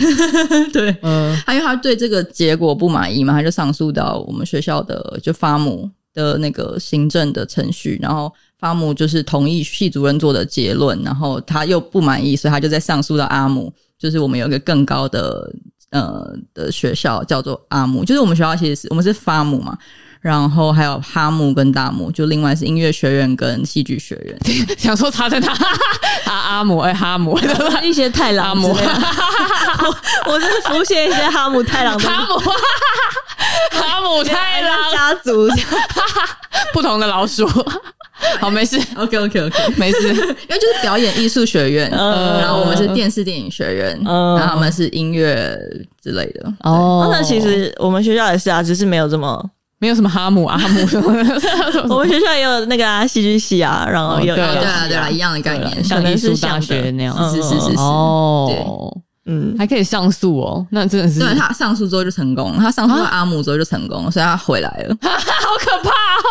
Speaker 1: 对。
Speaker 4: 嗯、
Speaker 1: 他因为他对这个结果不满意嘛，他就上诉到我们学校的就发姆的那个行政的程序，然后发姆就是同意系主任做的结论，然后他又不满意，所以他就在上诉到阿姆，就是我们有一个更高的呃的学校叫做阿姆，就是我们学校其实是我们是发姆嘛。然后还有哈姆跟大姆，就另外是音乐学院跟戏剧学院。
Speaker 4: [laughs] 想说查在哪？阿阿姆哎哈姆， [laughs]
Speaker 3: 一些太郎之类的， [laughs] 我我就是浮现一些哈姆太郎的
Speaker 4: 哈姆，哈姆太郎，
Speaker 3: [laughs] 家族，
Speaker 4: 不同的老鼠。 [laughs] 好，没
Speaker 3: [laughs]
Speaker 4: 事，
Speaker 1: OK OK OK，
Speaker 4: [laughs] 没
Speaker 1: [laughs]
Speaker 4: 事。
Speaker 1: 因为就是表演艺术学院，呃
Speaker 3: 嗯
Speaker 1: 然后我们是电视电影学院，
Speaker 3: 嗯
Speaker 1: 然后他们是音乐之类的。
Speaker 4: 哦
Speaker 3: 那其实我们学校也是啊，只是没有这么，
Speaker 4: 没有什么哈姆阿
Speaker 1: [laughs]
Speaker 4: 姆什么
Speaker 3: 我
Speaker 4: 的，
Speaker 3: 们学校也有那个啊戏剧系啊，然后
Speaker 4: 哦
Speaker 3: 有
Speaker 4: 对
Speaker 1: 对
Speaker 3: 有
Speaker 1: 啊，对啊，一样的概念。
Speaker 3: 可
Speaker 4: 像
Speaker 3: 能
Speaker 4: 艺
Speaker 3: 是
Speaker 4: 术
Speaker 3: 想
Speaker 4: 大
Speaker 3: 的
Speaker 4: 学那样。
Speaker 3: 嗯
Speaker 1: 是是是是
Speaker 4: 哦，
Speaker 3: 嗯，
Speaker 4: 还可以上诉哦，那真的是
Speaker 1: 对他上诉之后就成功了，他上诉
Speaker 3: 啊
Speaker 1: 到阿姆之后就成功了，所以他回来了。
Speaker 4: 好可怕哦！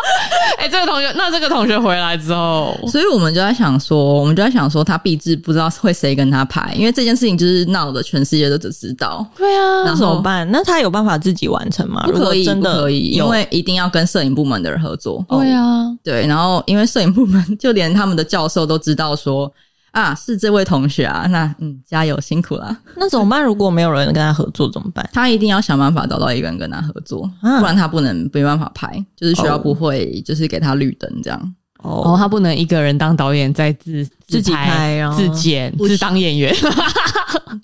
Speaker 4: 哎，这个同学，那这个同学回来之后，
Speaker 1: 所以我们就在想说，我们就在想说，他必至不知道会谁跟他拍，因为这件事情就是闹得全世界都只知道。
Speaker 4: 对啊
Speaker 1: 然
Speaker 3: 那
Speaker 1: 后
Speaker 3: 怎么办？那他有办法自己完成吗？
Speaker 1: 不
Speaker 3: [laughs] 如
Speaker 1: 可
Speaker 3: 果
Speaker 1: 以，
Speaker 3: 真的
Speaker 1: 不可以，因
Speaker 3: 有
Speaker 1: 为一定要跟摄影部门的人合作。
Speaker 4: 对啊，
Speaker 1: 对，然后因为摄影部门就连他们的教授都知道说啊，是这位同学啊，那嗯，加油，辛苦啦。
Speaker 3: 那怎么办？如果没有人跟他合作怎么办？
Speaker 1: 他一定要想办法找到一个人跟他合作，
Speaker 3: 啊
Speaker 1: 不然他不能没办法拍，就是学校
Speaker 3: 哦
Speaker 1: 不会就是给他绿灯这样。
Speaker 4: 哦，
Speaker 3: 哦，
Speaker 4: 他不能一个人当导演，在自
Speaker 3: 自己拍然后
Speaker 4: 自剪、
Speaker 1: 不
Speaker 4: 自当演员。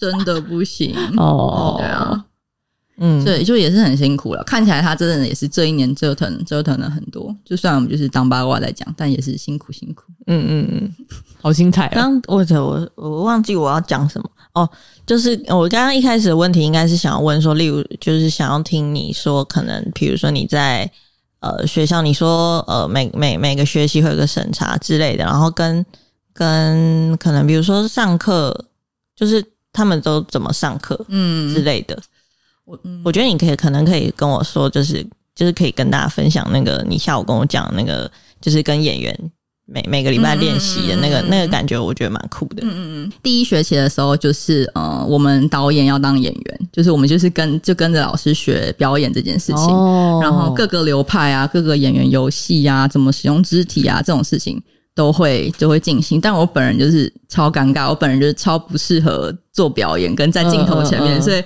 Speaker 1: 真的不行。
Speaker 4: 哦
Speaker 1: 对啊，
Speaker 3: 嗯，
Speaker 1: 所以就也是很辛苦了。看起来他真的也是这一年折腾折腾了很多，就算我们就是当八卦在讲，但也是辛苦辛苦。
Speaker 3: 嗯嗯嗯。
Speaker 4: [laughs] 好精彩哦！
Speaker 3: 刚我我我忘记我要讲什么哦就是我刚刚一开始的问题，应该是想要问说，例如就是想要听你说，可能比如说你在呃学校，你说呃每每每个学期会有个审查之类的，然后跟跟可能比如说上课，就是他们都怎么上课之
Speaker 1: 嗯，
Speaker 3: 类的。
Speaker 1: 我嗯
Speaker 3: 我觉得你可以可能可以跟我说，就是就是可以跟大家分享那个你下午跟我讲那个，就是跟演员每每个礼拜练习的那个、
Speaker 1: 嗯嗯嗯嗯
Speaker 3: 那个感觉，我觉得蛮酷的。
Speaker 1: 嗯嗯嗯，第一学期的时候就是呃，我们导演要当演员，就是我们就是跟就跟着老师学表演这件事情。
Speaker 4: 哦
Speaker 1: 然后各个流派啊，各个演员游戏啊，怎么使用肢体啊，这种事情都会就会进行。但我本人就是超尴尬，我本人就是超不适合做表演跟在镜头前面，
Speaker 4: 嗯嗯嗯
Speaker 1: 所以。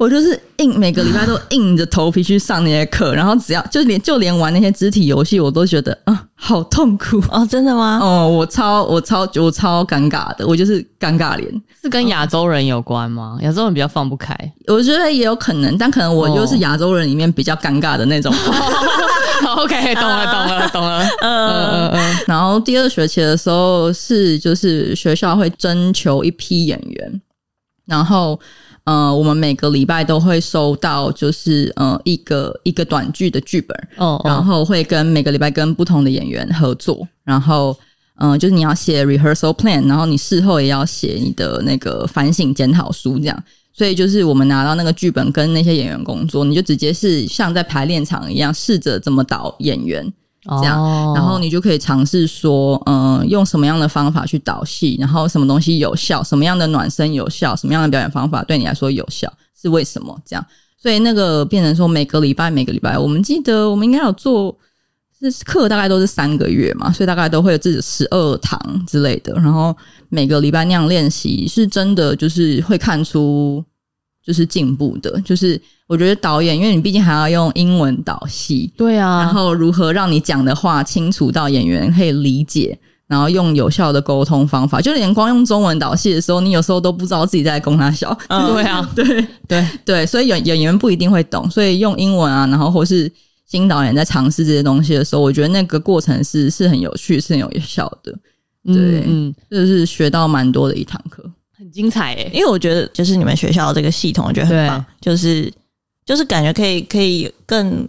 Speaker 1: 我就是硬每个礼拜都硬着头皮去上那些课，然后只要就连就连玩那些肢体游戏，我都觉得啊、好痛苦
Speaker 3: 哦，真的吗？
Speaker 1: 哦！我超我超我超尴尬的，我就是尴尬脸。
Speaker 4: 是跟亚洲人有关吗？亚洲人比较放不开，
Speaker 1: 我觉得也有可能，但可能我又是亚洲人里面比较尴尬的那种。
Speaker 4: [laughs] OK，懂了，懂
Speaker 1: [laughs]
Speaker 4: 了，懂了。嗯嗯嗯，
Speaker 1: 然后第二学期的时候是就是学校会征求一批演员，然后呃，我们每个礼拜都会收到就是呃一个一个短剧的剧本，
Speaker 4: 哦
Speaker 1: 然
Speaker 4: 哦，
Speaker 1: 后会跟每个礼拜跟不同的演员合作，然后。嗯、就是你要写 rehearsal plan，然后你事后也要写你的那个反省检讨书，这样。所以就是我们拿到那个剧本跟那些演员工作，你就直接是像在排练场一样，试着怎么导演员，这样
Speaker 4: 哦
Speaker 1: 然后你就可以尝试说，嗯、用什么样的方法去导戏，然后什么东西有效，什么样的暖身有效，什么样的表演方法对你来说有效，是为什么这样？所以那个变成说，每个礼拜每个礼拜，我们记得我们应该有做。是课大概都是三个月嘛，所以大概都会有自己十二堂之类的，然后每个礼拜那样练习，是真的就是会看出就是进步的。就是我觉得导演，因为你毕竟还要用英文导戏，
Speaker 4: 对啊，
Speaker 1: 然后如何让你讲的话清楚到演员可以理解，然后用有效的沟通方法，就连光用中文导戏的时候，你有时候都不知道自己在攻他笑。
Speaker 3: 嗯
Speaker 4: 对啊，
Speaker 1: 哦 [laughs] 对
Speaker 4: 对，
Speaker 1: 对，所以演演员不一定会懂，所以用英文啊，然后或是新导演在尝试这些东西的时候，我觉得那个过程是是很有趣，是很有效的，对
Speaker 4: 嗯嗯，
Speaker 1: 就是学到蛮多的一堂课。
Speaker 4: 很精彩诶。
Speaker 3: 因为我觉得就是你们学校的这个系统，我觉得很棒，就是就是感觉可以可以更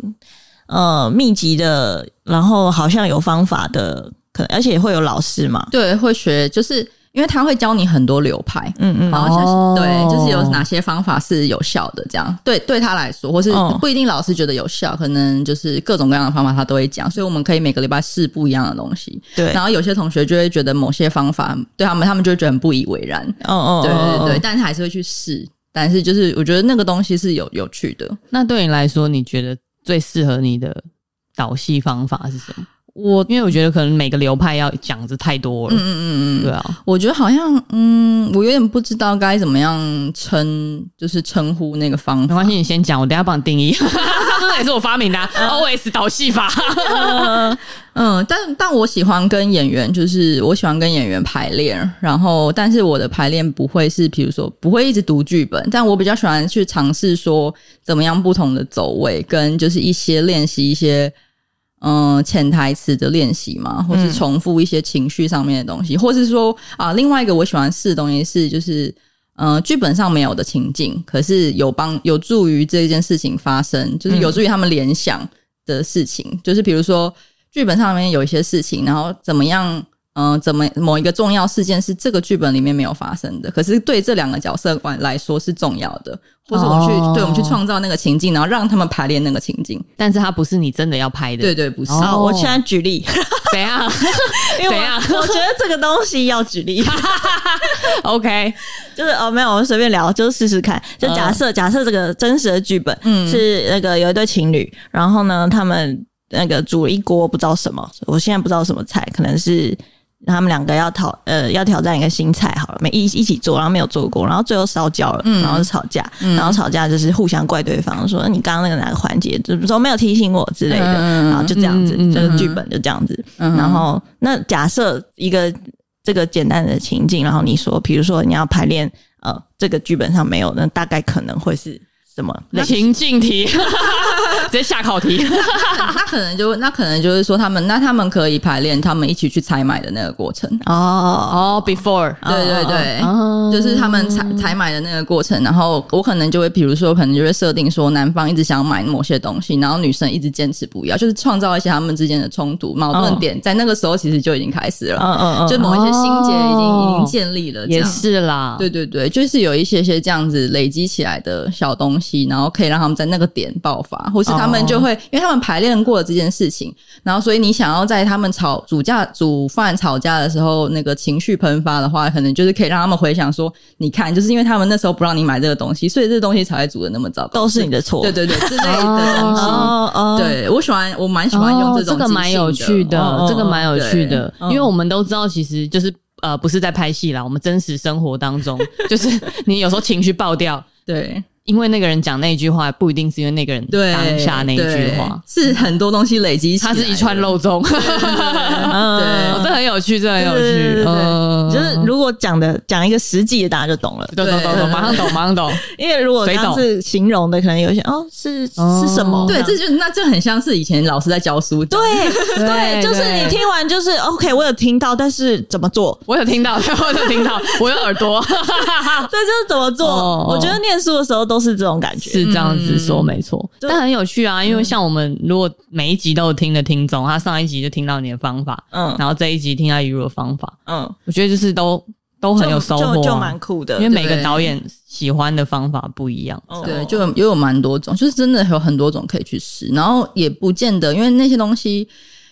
Speaker 3: 呃密集的，然后好像有方法的，可能而且会有老师嘛，
Speaker 1: 对，会学就是因为他会教你很多流派，
Speaker 3: 嗯嗯，
Speaker 1: 然后像是、
Speaker 4: 哦
Speaker 1: 对，就是有哪些方法是有效的，这样对对他来说，或是
Speaker 3: 嗯
Speaker 1: 不一定老师觉得有效，可能就是各种各样的方法他都会讲，所以我们可以每个礼拜试不一样的东西。
Speaker 3: 对，
Speaker 1: 然后有些同学就会觉得某些方法对他们，他们就会觉得很不以为然，
Speaker 3: 哦哦，
Speaker 1: 对对对，
Speaker 3: 哦
Speaker 1: 对，但是还是会去试。但是就是我觉得那个东西是有有趣的，
Speaker 4: 那对你来说，你觉得最适合你的导戏方法是什么？
Speaker 1: 我
Speaker 4: 因为我觉得可能每个流派要讲的太多
Speaker 1: 嗯
Speaker 4: 了，
Speaker 1: 嗯嗯嗯，
Speaker 4: 对啊，
Speaker 1: 我觉得好像嗯，我有点不知道该怎么样称，就是称呼那个方
Speaker 4: 没
Speaker 1: 法
Speaker 4: 关。
Speaker 1: [laughs]
Speaker 4: 系，你先讲，我等一下帮你定义。 [laughs] 这个也是我发明的啊 OS 导戏法，
Speaker 1: [laughs] 嗯，但但我喜欢跟演员，就是我喜欢跟演员排练，然后但是我的排练不会是，比如说不会一直读剧本，但我比较喜欢去尝试说怎么样不同的走位，跟就是一些练习一些嗯潜台词的练习嘛，或是重复一些情绪上面的东西，或是说啊，另外一个我喜欢试的东西是就是。嗯、剧本上没有的情境，可是有帮有助于这件事情发生，就是有助于他们联想的事情。就是比如说，剧本上面有一些事情，然后怎么样，嗯、怎么某一个重要事件是这个剧本里面没有发生的，可是对这两个角色观来说是重要的，或者我们去、
Speaker 4: 哦
Speaker 1: 对我们去创造那个情境，然后让他们排练那个情境。
Speaker 4: 但是它不是你真的要拍的，
Speaker 1: 对对，不是。
Speaker 4: 哦
Speaker 3: 好，我现在举例，
Speaker 4: 怎样？
Speaker 3: [laughs] 因
Speaker 4: 怎
Speaker 3: 为
Speaker 4: 样
Speaker 3: 我我觉得这个东西要举例，
Speaker 4: [laughs] ？OK，
Speaker 3: 就是哦，没有，我们随便聊，就是试试看。就假
Speaker 4: 嗯
Speaker 3: 设、假设这个真实的剧本，
Speaker 1: 嗯
Speaker 3: 是那个有一对情侣，然后呢，他们那个煮了一锅不知道什么，我现在不知道什么菜，可能是他们两个要讨呃要挑战一个新菜，好了，没一一起做，然后没有做过，然后最后烧焦了，
Speaker 1: 嗯
Speaker 3: 然后就吵架，
Speaker 1: 嗯
Speaker 3: 然后吵架就是互相怪对方，说你刚刚那个哪个环节，就是说没有提醒我之类的，
Speaker 1: 嗯嗯嗯
Speaker 3: 然后就这样子，
Speaker 4: 嗯嗯
Speaker 3: 这个剧
Speaker 1: 嗯
Speaker 3: 本就这样子，
Speaker 1: 嗯
Speaker 3: 然后那假设一个这个简单的情境，然后你说，比如说你要排练呃这个剧本上没有，那大概可能会是什么类型？
Speaker 2: 情境题，直接下考题。
Speaker 1: 那可能就那可能就是说他们那他们可以排练，他们一起去采买的那个过程。
Speaker 3: 哦，
Speaker 2: 哦，before，
Speaker 1: 对对对，
Speaker 2: 哦
Speaker 1: 就是他们采采买的那个过程，然后我可能就会，比如说，我可能就会设定说，男方一直想买某些东西，然后女生一直坚持不要，就是创造一些他们之间的冲突、矛盾点，在那个时候其实就已经开始了，
Speaker 3: 嗯嗯嗯，
Speaker 1: 就某一些心结已经、
Speaker 4: 哦
Speaker 1: 已经建立了，这
Speaker 4: 也
Speaker 1: 样。
Speaker 4: 是啦，
Speaker 1: 对对对，就是有一些些这样子累积起来的小东西，然后可以让他们在那个点爆发，或是他
Speaker 4: 哦
Speaker 1: 们就会，因为他们排练过了这件事情，然后所以你想要在他们吵煮架、煮饭吵架的时候，那个情绪喷发的话，可能就是可以让他们回想说，你看，就是因为他们那时候不让你买这个东西，所以这东西才会煮的那么糟糕。
Speaker 3: 都是你的错。
Speaker 1: 对对对，之类的东西。
Speaker 3: 哦哦，，
Speaker 1: 对我喜欢，我蛮喜
Speaker 4: 哦，
Speaker 1: 欢用这种、
Speaker 4: 个蛮有趣的，
Speaker 3: 哦哦
Speaker 4: 这个蛮有趣的，
Speaker 3: 对嗯
Speaker 4: 因为我们都知道，其实就是呃，不是在拍戏啦，我们真实生活当中，就是 [laughs] 你有时候情绪爆掉，
Speaker 1: 对
Speaker 4: 因为那个人讲那句话，不一定是因为那个人
Speaker 1: 对，
Speaker 4: 当下那一句
Speaker 1: 对
Speaker 4: 话，
Speaker 1: 是很多东西累积起来
Speaker 4: 它
Speaker 1: 的，
Speaker 4: 是一串漏洞，
Speaker 1: 对
Speaker 4: [laughs] 哦这很有趣，这很有
Speaker 3: 对对对
Speaker 4: 趣，
Speaker 3: 对
Speaker 4: 嗯
Speaker 3: 就是
Speaker 4: [laughs]
Speaker 3: 如果讲的讲一个实际的，大家就懂了。
Speaker 4: 懂懂懂
Speaker 1: 对
Speaker 4: 懂，马上懂，马上懂，
Speaker 3: 因为如果
Speaker 4: 谁懂
Speaker 3: 他是形容的，可能有一些哦是
Speaker 4: 哦
Speaker 3: 是什么？
Speaker 1: 对，这
Speaker 3: 样
Speaker 1: 就那就很像是以前老师在教书。对
Speaker 3: 对对，就是你听完就是 OK，我有听到，但是怎么做？
Speaker 4: 我有听到， [laughs] 我有听到，我有耳
Speaker 3: [laughs]
Speaker 4: 朵，
Speaker 3: 对，就是怎么做？
Speaker 4: 哦
Speaker 3: 我觉得念书的时候都是这种感觉。
Speaker 4: 是这样
Speaker 3: 嗯
Speaker 4: 子说没错，
Speaker 3: 对
Speaker 4: 但很有趣啊，
Speaker 3: 嗯
Speaker 4: 因为像我们如果每一集都有听的听众，他上一集就听到你的方法，
Speaker 3: 嗯
Speaker 4: 然后这一集听到一如的方法，
Speaker 3: 嗯，
Speaker 4: 我觉得就是都都很有收获啊、
Speaker 3: 就就蛮酷的
Speaker 4: 因为。每个导演喜欢的方法不一样。
Speaker 3: 嗯
Speaker 1: 对，就有也有蛮多种，就是真的有很多种可以去试，然后也不见得，因为那些东西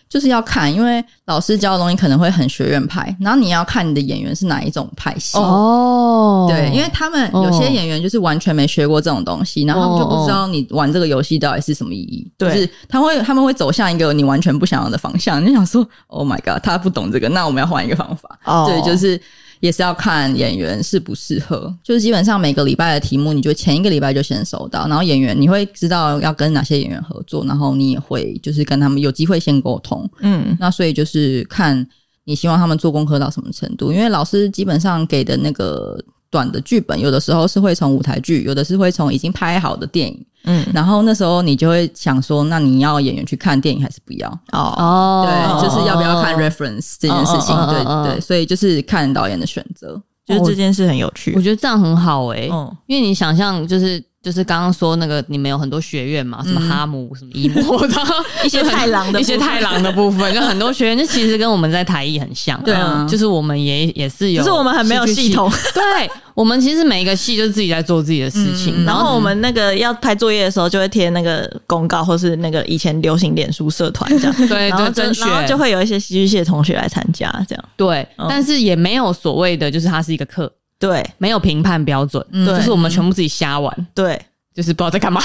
Speaker 1: 就是要看，因为老师教的东西可能会很学院派，然后你要看你的演员是哪一种派系。
Speaker 4: 哦
Speaker 1: 对，因为他们有些演员就是完全没学过这种东西，然后他们就不知道你玩这个游戏到底是什么意义。
Speaker 3: 对
Speaker 1: 就是他会他们会走向一个你完全不想要的方向，你就想说，Oh my god，他不懂这个，那我们要换一个方法。
Speaker 3: 哦
Speaker 1: 对，就是也是要看演员适不适合。就是基本上每个礼拜的题目，你就前一个礼拜就先收到，然后演员你会知道要跟哪些演员合作，然后你也会就是跟他们有机会先沟通。
Speaker 3: 嗯
Speaker 1: 那所以就是看你希望他们做功课到什么程度，因为老师基本上给的那个。短的剧本有的时候是会从舞台剧，有的是会从已经拍好的电影，
Speaker 3: 嗯
Speaker 1: 然后那时候你就会想说，那你要演员去看电影还是不要？
Speaker 3: 哦
Speaker 4: 哦
Speaker 1: 对，就是要不要看 reference 这件事情，
Speaker 4: 哦哦
Speaker 1: 对
Speaker 4: 哦哦
Speaker 1: 对对，所以就是看导演的选择。
Speaker 3: 就是这件事很有趣
Speaker 4: 我。觉得这样很好诶、
Speaker 3: 嗯，
Speaker 4: 因为你想象就是。就是刚刚说那个，你们有很多学院嘛，什么
Speaker 3: 嗯
Speaker 4: 哈姆、什么
Speaker 3: [laughs]
Speaker 4: 伊姆，然后
Speaker 3: 一些太郎的
Speaker 4: 一些
Speaker 3: 部分
Speaker 4: 太郎的部分，就很多学院，就其实跟我们在台艺很像。
Speaker 1: 对啊
Speaker 4: 就是我们也也是有，
Speaker 3: 只是我们很没有系统。
Speaker 4: 对，我们其实每一个戏就是自己在做自己的事情，
Speaker 3: 然后我们那个要拍作业的时候，就会贴那个公告，或是那个以前流行脸书社团这样。
Speaker 4: [laughs] 对
Speaker 3: 然后
Speaker 4: 对
Speaker 3: 就
Speaker 4: 甄选
Speaker 3: 然后就会有一些戏剧系的同学来参加，这样
Speaker 4: 对，
Speaker 3: 嗯
Speaker 4: 但是也没有所谓的，就是它是一个课，
Speaker 3: 对
Speaker 4: 没有评判标准，
Speaker 1: 嗯
Speaker 3: 对
Speaker 4: 就是我们全部自己瞎玩，
Speaker 3: 对，
Speaker 4: 就是不知道在
Speaker 3: [laughs]
Speaker 4: 干嘛。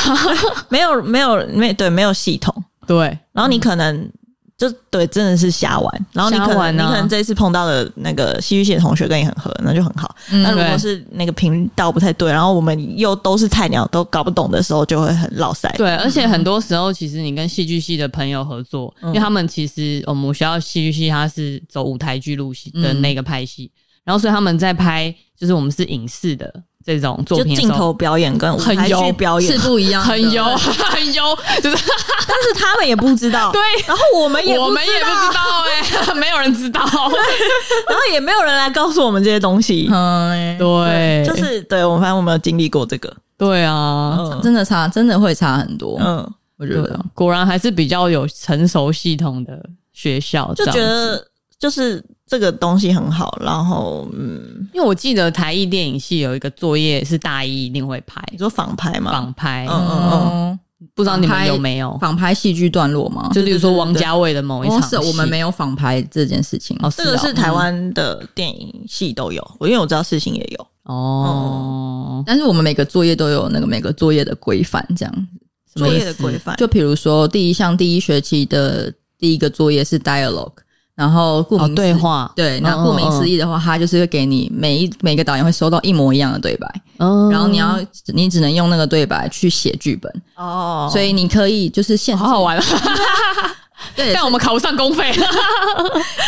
Speaker 3: 没有没有没对没有系统，
Speaker 4: 对，
Speaker 3: 然后你可能就对真的是瞎玩，然后你可
Speaker 4: 嗯瞎
Speaker 3: 能、
Speaker 4: 玩
Speaker 3: 你
Speaker 4: 啊
Speaker 3: 可能这一次碰到的那个戏剧系的同学跟你很合，那就很好。那如果
Speaker 4: 嗯对
Speaker 3: 是那个频道不太对，然后我们又都是菜鸟，都搞不懂的时候，就会很落塞。
Speaker 4: 对，而且很
Speaker 3: 嗯
Speaker 4: 多时候，其实你跟戏剧系的朋友合作，因为他们其实嗯我们学校戏剧系它是走舞台剧路线
Speaker 3: 嗯
Speaker 4: 的那个派系，然后所以他们在拍就是我们是影视的这种作
Speaker 3: 就
Speaker 4: 品的时
Speaker 3: 镜
Speaker 4: 候，
Speaker 3: 头表演跟舞
Speaker 4: 很
Speaker 3: 台剧
Speaker 4: 油
Speaker 3: 表演
Speaker 1: 是，不一样的，
Speaker 4: 哦很油很油，就
Speaker 3: 但
Speaker 4: 是
Speaker 3: 是他们也不知道，
Speaker 4: [laughs] 对，
Speaker 3: 然后我们也
Speaker 4: 我们也不
Speaker 3: 道
Speaker 4: 知道哎、 [laughs] 没有人知道。
Speaker 3: 然后也没有人来告诉我们这些东西，
Speaker 1: [laughs] 嗯，
Speaker 4: 对，
Speaker 3: 就是对我们反正我们有经历过这个，
Speaker 4: 对啊，
Speaker 3: 嗯
Speaker 1: 真的差，真的会差很多。
Speaker 4: 哦
Speaker 3: 嗯，
Speaker 1: 我觉
Speaker 4: 对
Speaker 1: 得，
Speaker 4: 果然还是比较有成熟系统的学校，
Speaker 3: 就
Speaker 4: 这样
Speaker 3: 觉
Speaker 4: 子
Speaker 3: 得就是这个东西很好，然后嗯，
Speaker 4: 因为我记得台艺电影系有一个作业是大一一定会拍
Speaker 3: 你说仿拍嘛，
Speaker 4: 仿拍，
Speaker 3: 嗯
Speaker 1: 嗯，
Speaker 4: 哦不知道你们有没有？
Speaker 1: 仿拍戏剧段落吗？
Speaker 4: 就例如说王家卫的某一
Speaker 1: 哦
Speaker 4: 场，
Speaker 1: 是我们没有仿拍这件事情。
Speaker 4: 哦，
Speaker 3: 这个
Speaker 4: 哦
Speaker 3: 是台湾的电影系都有，我因为我知道事情也有，
Speaker 4: 哦，
Speaker 1: 但是我们每个作业都有那个每个作业的规范，这样。
Speaker 4: 什么
Speaker 3: 作
Speaker 4: 意
Speaker 3: 业
Speaker 4: 思
Speaker 3: 的规范，
Speaker 1: 就比如说第一项第一学期的第一个作业是 dialogue，然后顾
Speaker 4: 哦
Speaker 1: 名思
Speaker 4: 对话，
Speaker 1: 对，那
Speaker 4: 嗯
Speaker 1: 顾名思义的话，它就是会给你每一每个导演会收到一模一样的对白，
Speaker 4: 嗯
Speaker 1: 然后你要你只能用那个对白去写剧本，
Speaker 3: 哦
Speaker 1: 所以你可以就是限制
Speaker 4: 好好玩啊，
Speaker 1: [laughs] 对，
Speaker 4: 但我们嗯考不上公费。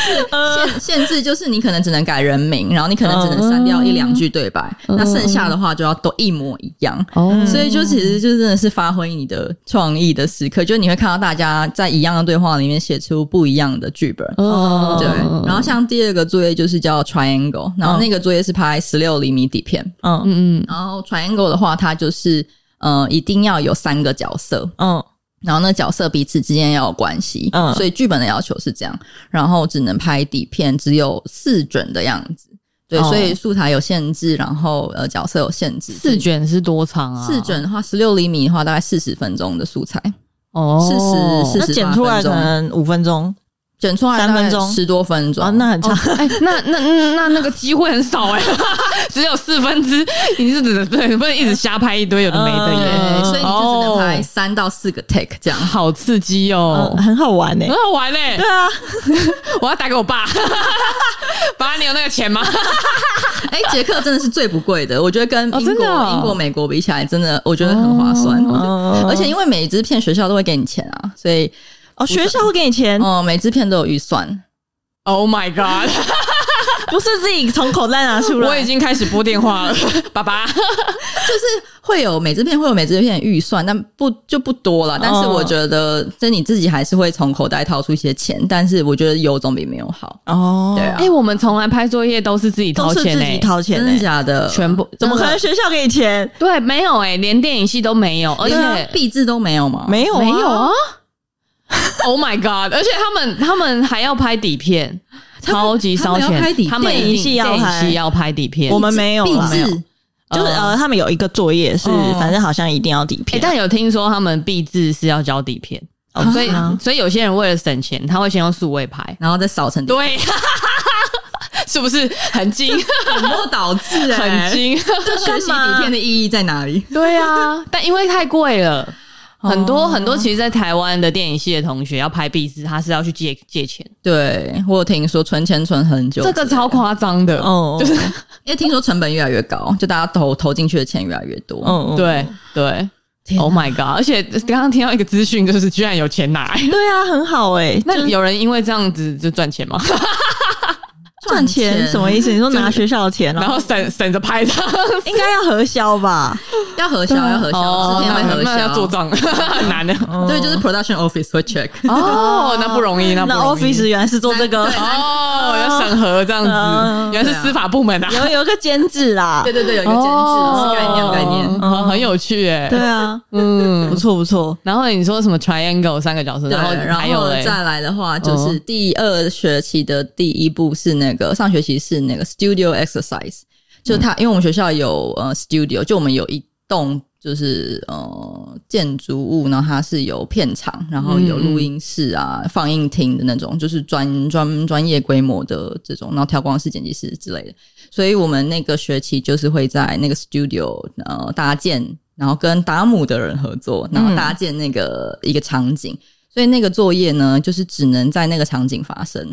Speaker 1: 限限制就是你可能只能改人名，然后你可能只能删掉一两句对白，
Speaker 4: 嗯
Speaker 1: 那剩下的话就要都一模一样。
Speaker 4: 哦
Speaker 1: [laughs] 所以就其实就真的是发挥你的创意的时刻，就你会看到大家在一样的对话里面写出不一样的剧本。
Speaker 3: 嗯
Speaker 4: 哦
Speaker 1: 对，然后像第二个作业就是叫 Triangle，然后那个作业是拍十六厘米底片，
Speaker 3: 嗯
Speaker 4: 嗯嗯，
Speaker 1: 然后 Triangle 的话，它就是呃一定要有三个角色，
Speaker 3: 嗯
Speaker 1: 然后那角色彼此之间要有关系，
Speaker 3: 嗯
Speaker 1: 所以剧本的要求是这样，然后只能拍底片，只有四卷的样子，对，
Speaker 3: 哦
Speaker 1: 所以素材有限制，然后呃角色有限制，
Speaker 4: 四卷是多长啊？
Speaker 1: 四卷的话，十六厘米的话，大概四十分钟的素材，
Speaker 4: 哦，
Speaker 1: 40
Speaker 3: 那剪出来
Speaker 1: 48分钟
Speaker 3: 可能五分钟，啊
Speaker 1: 卷出来
Speaker 3: 三分钟
Speaker 1: 十多分钟，
Speaker 3: 哇，那很长。
Speaker 4: 哎、那那那那那个机会很少哎、 [laughs] 只有四分之，你是指的对，不能一直瞎拍一堆有的没的耶，
Speaker 3: 嗯
Speaker 1: 对，所以你就只能拍
Speaker 4: 哦
Speaker 1: 三到四个 take 这样。
Speaker 4: 好刺激哦，
Speaker 3: 嗯很好玩呢、
Speaker 4: 很好玩哎、
Speaker 3: 对啊，
Speaker 4: 我要打给我爸， [laughs] 爸，你有那个钱吗？
Speaker 1: 哎，捷克真的是最不贵的，我觉得跟
Speaker 4: 哦
Speaker 1: 英
Speaker 4: 真
Speaker 1: 国、
Speaker 4: 的哦
Speaker 1: 英国、美国比起来，真的我觉得很划算。我觉得
Speaker 3: 嗯
Speaker 1: 而且因为每一支片学校都会给你钱啊，所以
Speaker 3: 哦，学校会给你钱，
Speaker 1: 哦、每支片都有预算。
Speaker 4: Oh my god！
Speaker 3: 不是自己从口袋拿 [laughs] 出来。
Speaker 4: 我已经开始拨电话
Speaker 3: [laughs]
Speaker 4: 了，爸爸。
Speaker 1: 会有每支片会有每支片的预算，但不就不多了。但是
Speaker 4: 哦
Speaker 1: 我觉得，就你自己还是会从口袋掏出一些钱，但是我觉得有总比没有好。
Speaker 3: 哦，
Speaker 1: 对啊
Speaker 4: 哎、我们从来拍作业都是自己
Speaker 3: 都
Speaker 4: 掏
Speaker 3: 是
Speaker 4: 钱
Speaker 3: 自
Speaker 4: 哎、
Speaker 3: 己掏钱
Speaker 1: 真
Speaker 3: 呢、
Speaker 1: 的假的？
Speaker 4: 全部
Speaker 3: 怎么可？能
Speaker 4: 真的
Speaker 3: 学校给你钱？
Speaker 4: 对，没有哎、连电影系都没有，而且、
Speaker 3: 啊
Speaker 1: 连币制啊都没有吗？
Speaker 3: 没有、啊，
Speaker 4: 没有啊。Oh my god！而且他们他们还要拍底片，超级烧
Speaker 1: 他们
Speaker 4: 钱
Speaker 1: 要拍底片。
Speaker 4: 他们一
Speaker 3: 电影
Speaker 4: 定
Speaker 3: 系要
Speaker 4: 电影
Speaker 3: 拍
Speaker 4: 系要拍底片。
Speaker 3: 我们没有
Speaker 1: 币
Speaker 3: 啊，
Speaker 1: 制
Speaker 3: 就是呃，他们有一个作业是，
Speaker 4: 哦
Speaker 3: 反正好像一定要底
Speaker 4: 诶
Speaker 3: 片。
Speaker 4: 但有听说他们毕制是要交底片，
Speaker 3: 哦
Speaker 4: 所以
Speaker 3: 啊
Speaker 4: 所以有些人为了省钱，他会先用数位拍。
Speaker 1: 然后再扫成多
Speaker 4: 对， [laughs] 是不是很精
Speaker 1: 末导致
Speaker 4: [laughs] 很
Speaker 1: 哎、
Speaker 4: 精？
Speaker 1: [laughs] 这学习底片的意义在哪里？
Speaker 4: 对啊， [laughs] 但因为太贵了。很多很多，其实，在台湾的电影系的同学要拍毕制，他是要去借借钱，
Speaker 1: 对我有听说存钱存很久，
Speaker 4: 这个超夸张的。
Speaker 3: 哦，就是
Speaker 1: 因为听说成本越来越高，就大家投投进去的钱越来越多。
Speaker 4: 哦
Speaker 3: 嗯，嗯，
Speaker 4: 对对
Speaker 1: 哦天
Speaker 4: ，Oh my god！而且刚刚听到一个资讯，就是居然有钱拿、 [laughs]
Speaker 3: 对啊，很好哎、
Speaker 4: 那有人因为这样子就赚钱吗？
Speaker 3: 赚钱什么意思？你说拿学校的钱，
Speaker 4: [laughs] 然
Speaker 3: 然后
Speaker 4: 后省省着拍照，
Speaker 3: 应该要核销吧？
Speaker 1: 要核销，要核销，
Speaker 4: 哦
Speaker 1: 之前会
Speaker 4: 那
Speaker 1: 核
Speaker 4: 那要做
Speaker 1: 销。 [laughs]
Speaker 4: 账哦很难的。
Speaker 1: 对，就是 production office 会
Speaker 4: [laughs]
Speaker 1: check。
Speaker 4: 哦， [laughs] 那不容易，那不
Speaker 3: 那
Speaker 4: 容易
Speaker 3: office 原来是做这个
Speaker 1: 对，
Speaker 4: 哦，要审核这样子
Speaker 3: 嗯，
Speaker 4: 原来是司法部门啊。
Speaker 3: [laughs] 有有一个监制啦
Speaker 1: 对。对对，有一个监制
Speaker 4: 哦
Speaker 1: 是概念概念。嗯
Speaker 4: 哦很有趣哎。
Speaker 3: 对，啊，不
Speaker 4: 嗯。
Speaker 3: 错不错。
Speaker 4: 然后你说什么 triangle 三个角色，
Speaker 1: 对，
Speaker 4: 然后
Speaker 1: 然
Speaker 4: 还有
Speaker 1: 后
Speaker 4: 嘞，
Speaker 1: 再来的话，就是
Speaker 4: 嗯
Speaker 1: 第二学期的第一步是那个上学期是那个 studio exercise，就
Speaker 4: 嗯
Speaker 1: 它因为我们学校有呃 studio，就我们有一栋就是呃建筑物，然后它是有片场，然后有录音室
Speaker 4: 嗯
Speaker 1: 啊、放映厅的那种，就是专专专业规模的这种，然后调光师、剪辑师之类的。所以我们那个学期就是会在那个 studio 呃搭建，然后跟达姆的人合作，然后搭建那个、一个场景。所以那个作业呢，就是只能在那个场景发生，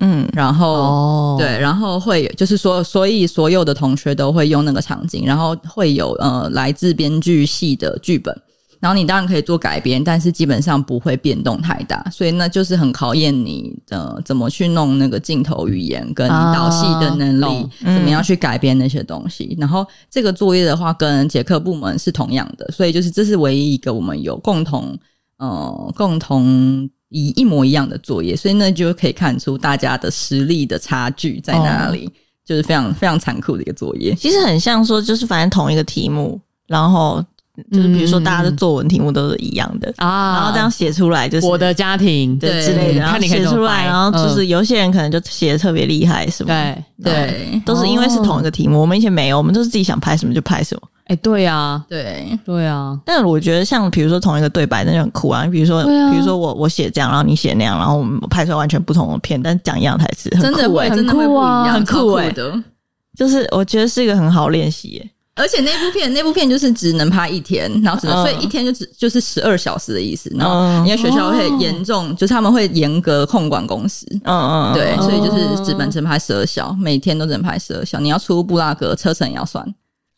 Speaker 3: 嗯，
Speaker 1: 然后、
Speaker 4: 哦
Speaker 1: 对，然后会有就是说，所以所有的同学都会用那个场景，然后会有呃来自编剧系的剧本，然后你当然可以做改编，但是基本上不会变动太大，所以那就是很考验你呃怎么去弄那个镜头语言跟
Speaker 4: 啊
Speaker 1: 导戏的能力，
Speaker 4: 懂嗯
Speaker 1: 怎么样去改编那些东西。然后这个作业的话，跟捷克部门是同样的，所以就是这是唯一一个我们有共同呃共同一一模一样的作业，所以那就可以看出大家的实力的差距在哪里，就是非常非常残酷的一个作业。
Speaker 3: 其实很像说，就是反正同一个题目，然后就是比如说大家的作文题目都是一样的，
Speaker 4: 啊，
Speaker 3: 然后这样写出来就是
Speaker 4: 我的家庭
Speaker 3: 对
Speaker 1: 对
Speaker 3: 之类的，
Speaker 1: 嗯
Speaker 3: 然后
Speaker 4: 看你可以
Speaker 3: 写
Speaker 4: 怎么
Speaker 3: 出来，
Speaker 4: 掰
Speaker 3: 然后就
Speaker 4: 嗯
Speaker 3: 是有些人可能就写的特别厉害什么
Speaker 4: 对，
Speaker 3: 的，
Speaker 4: 哎、
Speaker 1: 对
Speaker 3: 都是因为是
Speaker 4: 哦
Speaker 3: 同一个题目。我们以前没有，我们都是自己想拍什么就拍什么。
Speaker 4: 对啊，
Speaker 1: [laughs] 对，
Speaker 4: 对啊，
Speaker 3: 但我觉得像比如说同一个对白，那就很酷啊。比如说，
Speaker 4: 对啊
Speaker 3: 比如说我我写这样，然后你写那样，然后我们拍出来完全不同的片，但讲一样台词，很
Speaker 1: 真的
Speaker 3: 酷
Speaker 1: 会
Speaker 3: 欸
Speaker 1: 真的会不一样，
Speaker 3: 很酷
Speaker 1: 超酷
Speaker 3: 欸
Speaker 1: 的。
Speaker 3: 就是我觉得是一个很好练习耶。
Speaker 1: 而且那部片，那部片就是只能拍一天，然后只能，
Speaker 3: 嗯
Speaker 1: 所以一天就只就是十二小时的意思。然后
Speaker 3: 嗯
Speaker 1: 因为学校会严重，就是他们会严格控管公司，
Speaker 3: 嗯嗯，
Speaker 1: 对，
Speaker 3: 嗯
Speaker 1: 哦所以就是只能只能拍十二小，每天都只能拍十二小。你要出布拉格，车程也要算，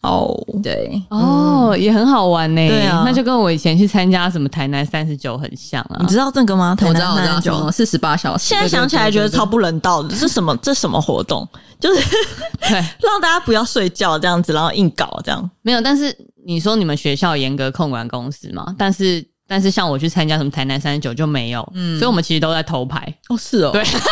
Speaker 3: 哦，
Speaker 1: 对，
Speaker 4: 哦，也很好玩呢、
Speaker 3: 对啊
Speaker 4: 那就跟我以前去参加什么台南三十九很像啊
Speaker 3: 你。知道这个吗？台
Speaker 1: 我知道，我
Speaker 3: 南
Speaker 1: 知道，
Speaker 3: 三
Speaker 1: 什么
Speaker 3: 九。
Speaker 1: 四十八小时？
Speaker 3: 现在想起来觉得超不人道的，这什么这什么活动？就是
Speaker 4: 对，
Speaker 3: [laughs] 让大家不要睡觉这样子，然后硬搞这样。
Speaker 4: 没有，但是你说你们学校严格控管公司嘛？但是但是像我去参加什么台南三十九就没有，所以我们其实都在偷拍。
Speaker 1: 哦，是哦，
Speaker 4: 嗯对 [laughs]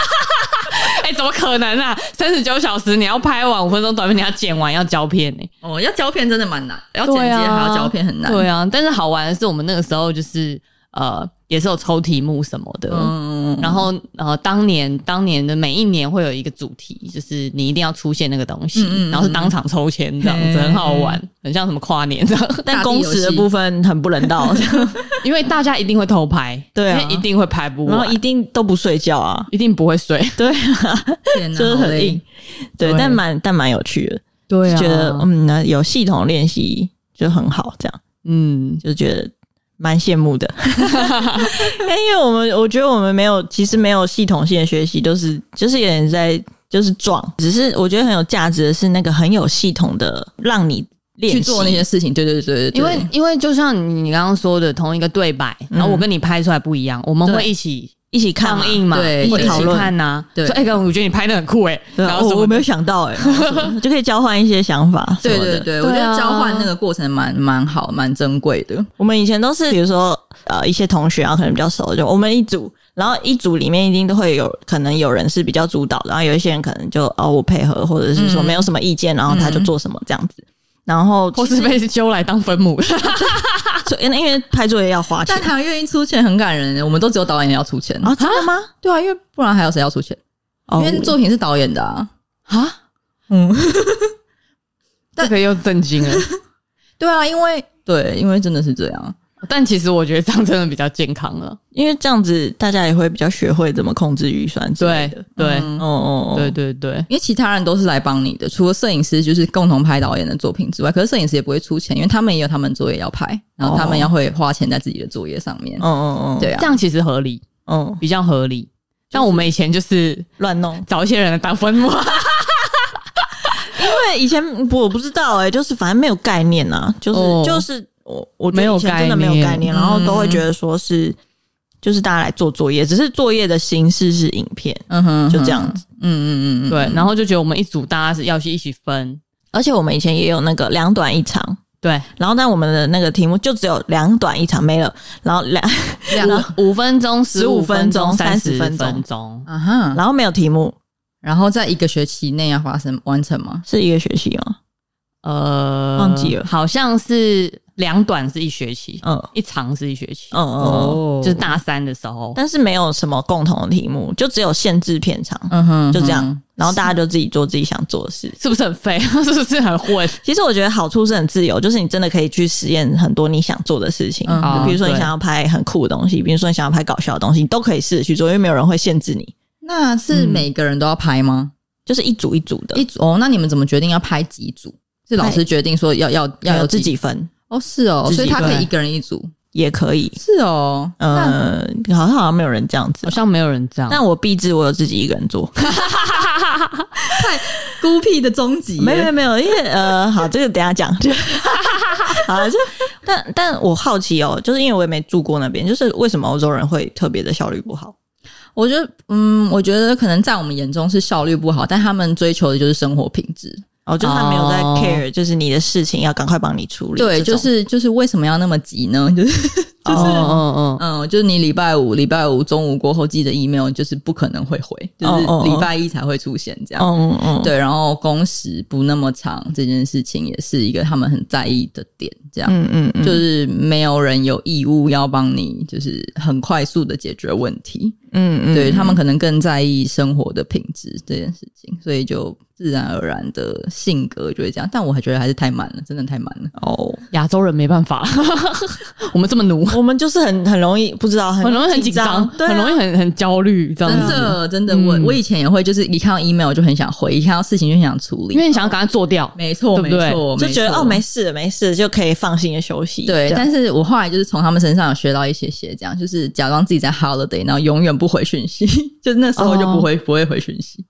Speaker 4: 哎、怎么可能啊？三十九小时你要拍完五分钟短片，你要剪完要胶片呢、
Speaker 1: 哦，要胶片真的蛮难，要剪
Speaker 4: 对
Speaker 1: 接
Speaker 4: 啊
Speaker 1: 还要胶片很难。
Speaker 4: 对啊，但是好玩的是，我们那个时候就是呃，也是有抽题目什么的。
Speaker 1: 嗯，
Speaker 4: 然后，呃，当年当年的每一年会有一个主题，就是你一定要出现那个东
Speaker 1: 嗯
Speaker 4: 西，
Speaker 1: 嗯嗯
Speaker 4: 然后是当场抽签这样子，
Speaker 1: 嘿
Speaker 4: 很好玩，很像什么跨年这样。
Speaker 1: 大
Speaker 3: 但
Speaker 1: 地
Speaker 3: 工
Speaker 1: 游
Speaker 3: 时的
Speaker 1: 戏
Speaker 3: 部分很不人道， [laughs]
Speaker 4: 因为大家一定会偷拍，
Speaker 3: 对啊
Speaker 4: 因为一定会拍不
Speaker 3: 然后
Speaker 4: 完，
Speaker 3: 一定都不睡觉
Speaker 1: [laughs]
Speaker 3: 啊。
Speaker 4: 一定不会睡。
Speaker 3: 对啊，
Speaker 1: 天哪
Speaker 3: 就是
Speaker 1: 好
Speaker 3: 很
Speaker 1: 累
Speaker 3: 硬。对，
Speaker 4: 对
Speaker 3: 但蛮但蛮有趣的，
Speaker 4: 对啊
Speaker 1: 啊
Speaker 3: 就觉得嗯，那有系统练习就很好，这样
Speaker 4: 嗯，
Speaker 3: 就觉得蛮羡慕的。 [laughs] 因为我们我觉得我们没有，其实没有系统性的学习，都是就是有点在就是撞，只是我觉得很有价值的是那个很有系统的让你练习
Speaker 1: 去做那些事情，对对对对对，
Speaker 4: 因为因为就像你你刚刚说的，同一个对白，然后我跟你拍出来不一样，我们
Speaker 3: 对
Speaker 4: 会一起
Speaker 3: 一起看嘛
Speaker 4: 抗议嘛，
Speaker 1: 对
Speaker 4: 一
Speaker 1: 会
Speaker 4: 起
Speaker 3: 讨论
Speaker 4: 看呐。
Speaker 1: 对
Speaker 4: 说哎，哥，我觉得你拍的很酷哎，
Speaker 3: 对
Speaker 4: 然
Speaker 3: 啊，
Speaker 4: 后什
Speaker 3: 我我
Speaker 4: 么
Speaker 3: 没
Speaker 4: 的
Speaker 3: 有想到哎、然后什
Speaker 1: [laughs]
Speaker 3: 么就可以交换一些想法什
Speaker 1: 对
Speaker 3: 么
Speaker 1: 对
Speaker 3: 的。
Speaker 1: 对，我觉
Speaker 4: 对
Speaker 1: 得
Speaker 4: 啊
Speaker 1: 交换那个过程蛮蛮好，蛮珍贵的。
Speaker 3: 我们以前都是，比如说呃，一些同学啊，可能比较熟，就我们一组，然后一组里面一定都会有可能有人是比较主导的，然后有一些人可能就哦我配合，或者是说没有什么意见，然后他就做什么这样子。然后
Speaker 4: 或是被揪来当分母，
Speaker 3: 所以因为拍作业要花钱
Speaker 1: 但他愿意出钱很感人，我们都只有导演要出钱
Speaker 3: 啊，真的吗？
Speaker 1: 对啊，因为不然还有谁要出钱？
Speaker 3: 哦
Speaker 1: 啊因为作品是导演的啊。
Speaker 4: 啊，
Speaker 1: 嗯，
Speaker 4: 这个又震惊了。
Speaker 1: 对啊，因为对，因为真的是这样。
Speaker 4: [laughs] 但其实我觉得这样真的比较健康了。
Speaker 3: 因为这样子大家也会比较学会怎么控制预算之类
Speaker 4: 对
Speaker 3: 的。
Speaker 4: 对
Speaker 1: 嗯
Speaker 3: 哦哦哦，
Speaker 4: 对对对，
Speaker 1: 因为其他人都是来帮你的，除了摄影师就是共同拍导演的作品之外，可是摄影师也不会出钱，因为他们也有他们作业要拍，然后他们要会花钱在自己的作业上面。
Speaker 3: 嗯嗯嗯，
Speaker 1: 对
Speaker 4: 这
Speaker 1: 啊，
Speaker 4: 样其实合理，
Speaker 3: 嗯，
Speaker 4: 比较合理。像我们以前就是
Speaker 3: 乱弄。
Speaker 4: 找一些人来当分母，
Speaker 3: 对，以前不我不知道哎、就是反正没有概念啊，就是、
Speaker 4: 哦
Speaker 3: 就是我我觉得
Speaker 4: 没有
Speaker 3: 以前真的没有
Speaker 4: 概念嗯
Speaker 3: 概念，然后都会觉得说是、就是大家来做作业，只是作业的形式是影片，
Speaker 1: 嗯哼，
Speaker 3: 就这样子。
Speaker 1: 嗯嗯嗯嗯，
Speaker 4: 对，然后就觉得我们一组大家是要去一起分，
Speaker 3: 而且我们以前也有那个两短一长，
Speaker 4: 对，
Speaker 3: 然后但我们的那个题目就只有两短一长没了，然后两
Speaker 4: 嗯
Speaker 1: 两个
Speaker 4: 五分钟、十
Speaker 3: 15分钟
Speaker 4: 三
Speaker 3: 30分钟
Speaker 4: 分钟，
Speaker 1: 啊哈，
Speaker 3: 然后没有题目，
Speaker 1: 然后在一个学期内要发生完成吗？
Speaker 3: 是一个学期吗？
Speaker 4: 呃，
Speaker 3: 忘记了
Speaker 4: 好像是两短是一学期，
Speaker 3: 嗯
Speaker 4: 一长是一学期，
Speaker 3: 嗯嗯，嗯
Speaker 4: 就是大三的时候，
Speaker 3: 但是没有什么共同的题目，就只有限制片长，
Speaker 1: 嗯哼，
Speaker 3: 就这样，
Speaker 1: 嗯
Speaker 3: 然后大家就自己做自己想做的事。
Speaker 4: 是不是很废？ [laughs] 是不是很混？
Speaker 3: 其实我觉得好处是很自由，就是你真的可以去实验很多你想做的事情，
Speaker 1: 嗯
Speaker 3: 就比如说你
Speaker 4: 对
Speaker 3: 想要拍很酷的东西，比如说你想要拍搞笑的东西，你都可以试着去做，因为没有人会限制你，
Speaker 1: 那是每个人都要拍吗？
Speaker 3: 就是一组一组的，
Speaker 1: 一组哦，那你们怎么决定要拍几组？是老师决定说要要要
Speaker 3: 要有
Speaker 1: 有
Speaker 3: 自
Speaker 1: 几
Speaker 3: 己分
Speaker 1: 哦，是哦，
Speaker 3: 自己
Speaker 1: 所以他可以
Speaker 4: 对
Speaker 1: 一个人一组，
Speaker 3: 也可以。
Speaker 1: 是哦，那
Speaker 3: 呃，好像好像没有人这样子
Speaker 4: 好，像没有人这样，
Speaker 3: 但我必制我有自己一个人做，
Speaker 1: 孤僻的终极耶，
Speaker 3: [laughs] 没有没有没有，因为呃， [laughs] 好，这个等一下讲。就好，就但但我好奇哦，就是因为我也没住过那边，就是为什么欧洲人会特别的效率不好？
Speaker 1: 我觉得，嗯，我觉得可能在我们眼中是效率不好，但他们追求的就是生活品质。
Speaker 3: 哦，就是他没有在
Speaker 4: 哦
Speaker 3: care，、就是你的事情要赶快帮你处理这种。
Speaker 1: 对，就是就是为什么要那么急呢？ [laughs] 就是
Speaker 3: 就
Speaker 4: 嗯嗯嗯，
Speaker 1: 嗯，就是你礼拜五礼拜五中午过后寄的 email 就是不可能会回，就是
Speaker 3: 哦哦哦
Speaker 1: 礼拜一才会出现这样。
Speaker 3: 嗯嗯，
Speaker 1: 对，然后工时不那么长这件事情也是一个他们很在意的点，这样。
Speaker 3: 嗯嗯嗯，
Speaker 1: 就是没有人有义务要帮你，就是很快速的解决问题。
Speaker 3: 嗯嗯，
Speaker 1: 对他们可能更在意生活的品质这件事情，所以就自然而然的性格就会这样。但我还觉得还是太慢了，真的太慢了。
Speaker 3: 哦，
Speaker 4: 亚洲人没办法， [laughs] 我们这么奴，
Speaker 3: 我们就是很很容易不知道，很
Speaker 4: 很容易很紧张，
Speaker 3: 对啊，
Speaker 4: 很容易很很焦虑这
Speaker 1: 真
Speaker 4: 样子，
Speaker 1: 的，真的，我
Speaker 4: 嗯
Speaker 1: 我以前也会，就是一看到 email 就很想回，一看到事情就很想处理。
Speaker 4: 因为你想要赶快做掉，
Speaker 1: 没错，
Speaker 4: 对
Speaker 1: 没
Speaker 4: 不对
Speaker 1: 错，
Speaker 3: 就觉得
Speaker 1: 错
Speaker 3: 哦没事没事，就可以放心的休息。
Speaker 1: 对，
Speaker 3: 这样
Speaker 1: 但是我后来就是从他们身上有学到一些些，这样就是假装自己在 [laughs] holiday，然后永远不回讯息，就是那时候就不会、不会回讯息。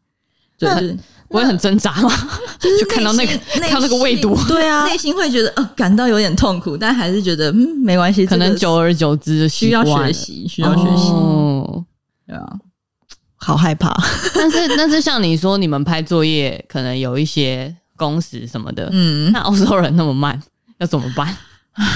Speaker 1: 对，就是
Speaker 4: 不会很挣扎吗？
Speaker 1: 就是
Speaker 4: 就看到那个
Speaker 1: 内心
Speaker 4: 看到那个未读，
Speaker 3: 对啊，
Speaker 1: 内心会觉得呃感到有点痛苦，但还是觉得嗯没关系，
Speaker 4: [laughs] 可能
Speaker 1: 这个
Speaker 4: 久而久之就
Speaker 1: 需
Speaker 4: 习
Speaker 1: 要
Speaker 4: 惯
Speaker 1: 学
Speaker 4: 了
Speaker 1: 习，需要学习，
Speaker 4: 哦
Speaker 1: 对啊，
Speaker 3: 好害怕。
Speaker 4: 但是 [laughs] 但是像你说，你们拍作业可能有一些工时什么的，
Speaker 1: 嗯
Speaker 4: 那，欧洲人那么慢，要怎么办？
Speaker 3: [laughs]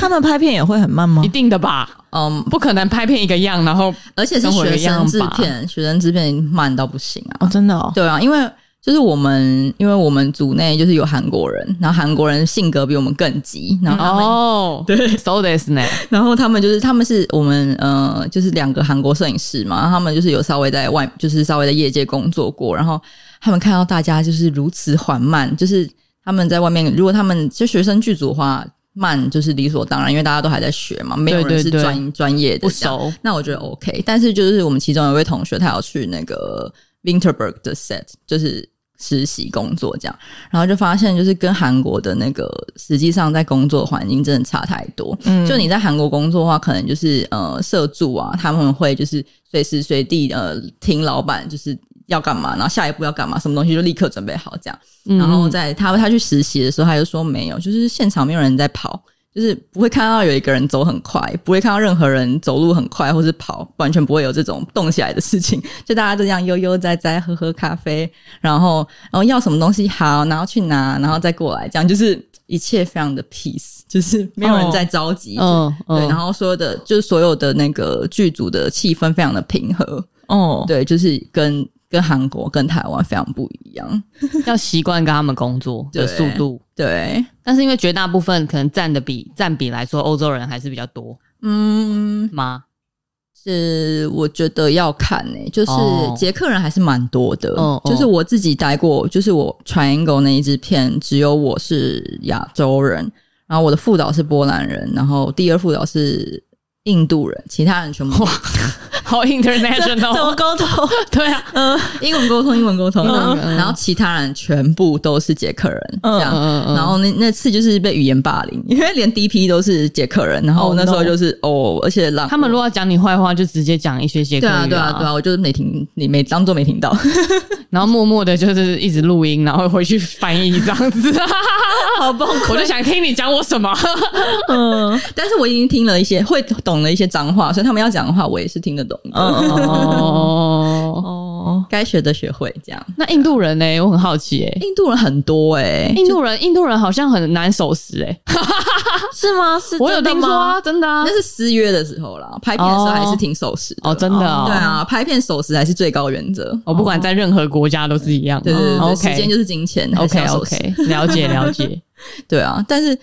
Speaker 3: 他们拍片也会很慢 [laughs] 吗
Speaker 4: 一？定的吧，
Speaker 1: 嗯，
Speaker 4: 不可能拍片一个样，然后
Speaker 1: 而且是
Speaker 4: 跟我
Speaker 1: 学
Speaker 4: 一样
Speaker 1: 生制
Speaker 4: 吧
Speaker 1: 片，学生制片慢到不行啊，
Speaker 3: 哦，真的 [laughs] 哦，
Speaker 1: 对啊，因为就是我们，因为我们组内就是有韩国人，然后韩国人性格比我们更急，然后他们、
Speaker 4: 哦，对，so this 呢，
Speaker 1: 然后他们就是他们是我们呃，就是两个韩国摄影师嘛，然后他们就是有稍微在外，就是稍微在业界工作过，然后他们看到大家就是如此缓慢，就是他们在外面，如果他们就学生剧组的话，慢就是理所当然，因为大家都还在学嘛，没有人
Speaker 4: 对
Speaker 1: 是
Speaker 4: [laughs] 对
Speaker 1: 专专业的
Speaker 4: 不
Speaker 1: 这样
Speaker 4: 熟，
Speaker 1: 那我觉得 OK。但是就是我们其中有一位同学，他有去那个 Winterberg 的 set，就是实习工作这样，然后就发现就是跟韩国的那个实际上在工作环境真的差太多。
Speaker 3: 嗯
Speaker 1: 就你在韩国工作的话，可能就是呃社助啊，他们会就是随时随地呃听老板就是。要干嘛，然后下一步要干嘛，什么东西就立刻准备好这样。然后在他他去实习的时候，他就说没有，就是现场没有人在跑，就是不会看到有一个人走很快，不会看到任何人走路很快或是跑，完全不会有这种动起来的事情。就大家都这样悠悠哉哉喝喝咖啡，然后然后要什么东西好，然后去拿，然后再过来，这样就是一切非常的 peace，就是没有人在着急。
Speaker 4: 嗯
Speaker 1: 对，然
Speaker 4: 嗯，
Speaker 1: 后所有的就是所有的那个剧组的气氛非常的平和，
Speaker 3: 哦，
Speaker 1: 对，就是跟跟韩国跟台湾非常不一样，
Speaker 4: 要习惯跟他们工作
Speaker 1: 对
Speaker 4: 的速度。
Speaker 1: 对。
Speaker 4: 但是因为绝大部分可能占的比占比来说，欧洲人还是比较多
Speaker 1: 嗯，
Speaker 4: 吗？
Speaker 1: 是我觉得要看呢、就是
Speaker 4: 哦
Speaker 1: 捷克人还是蛮多的。
Speaker 4: 哦哦
Speaker 1: 就是我自己待过，就是我 Triangle 那一支片，只有我是亚洲人，然后我的副导是波兰人，然后第二副导是印度人，其他人全部
Speaker 4: [laughs] 好 international，
Speaker 3: 沟通？
Speaker 4: [laughs] 对啊，
Speaker 1: 英文沟通，英文沟通，
Speaker 4: 英文
Speaker 1: 然后
Speaker 4: 嗯
Speaker 1: 然后其他人全部都是捷克人，
Speaker 3: 嗯
Speaker 1: 这样。
Speaker 4: 嗯
Speaker 1: 然后那那次就是被语言霸凌，因为连 DP 都是捷克人，然后
Speaker 3: Oh
Speaker 1: 那时候
Speaker 3: no
Speaker 1: 就是哦，而且让
Speaker 4: 他们如果要讲你坏话，就直接讲一些些
Speaker 1: 对啊对啊对啊，我就是没听，你没当做没听到， [laughs]
Speaker 4: 然后默默的就是一直录音，然后回去翻译这样子， [laughs] 好崩溃！我就想听你讲我什么，
Speaker 3: [laughs] 嗯
Speaker 1: 但是我已经听了一些，会懂了一些脏话，所以他们要讲的话，我也是听得懂的。
Speaker 4: 嗯 [laughs] 哦，
Speaker 3: 哦，
Speaker 1: 该学的学会，这样。
Speaker 4: 那印度人呢、我很好奇哎、
Speaker 1: 印度人很多哎、
Speaker 4: 印度人，印度人好像很难守时哎、
Speaker 3: 是吗？是
Speaker 4: 我有
Speaker 3: 真的
Speaker 4: 听说
Speaker 3: 吗？
Speaker 4: 啊，真的啊
Speaker 1: 那，是私约的时候啦，拍片的时候还是挺守时的
Speaker 4: 哦，真的哦，
Speaker 1: 对，啊，拍片守时还是最高原则。
Speaker 4: 我不管在任何国家都是一样，
Speaker 1: 对对对对
Speaker 4: 哦
Speaker 1: 时间就是金钱还是
Speaker 4: OK
Speaker 1: 要守
Speaker 4: OK
Speaker 1: 时
Speaker 4: OK，了解了解，
Speaker 1: 对啊，但是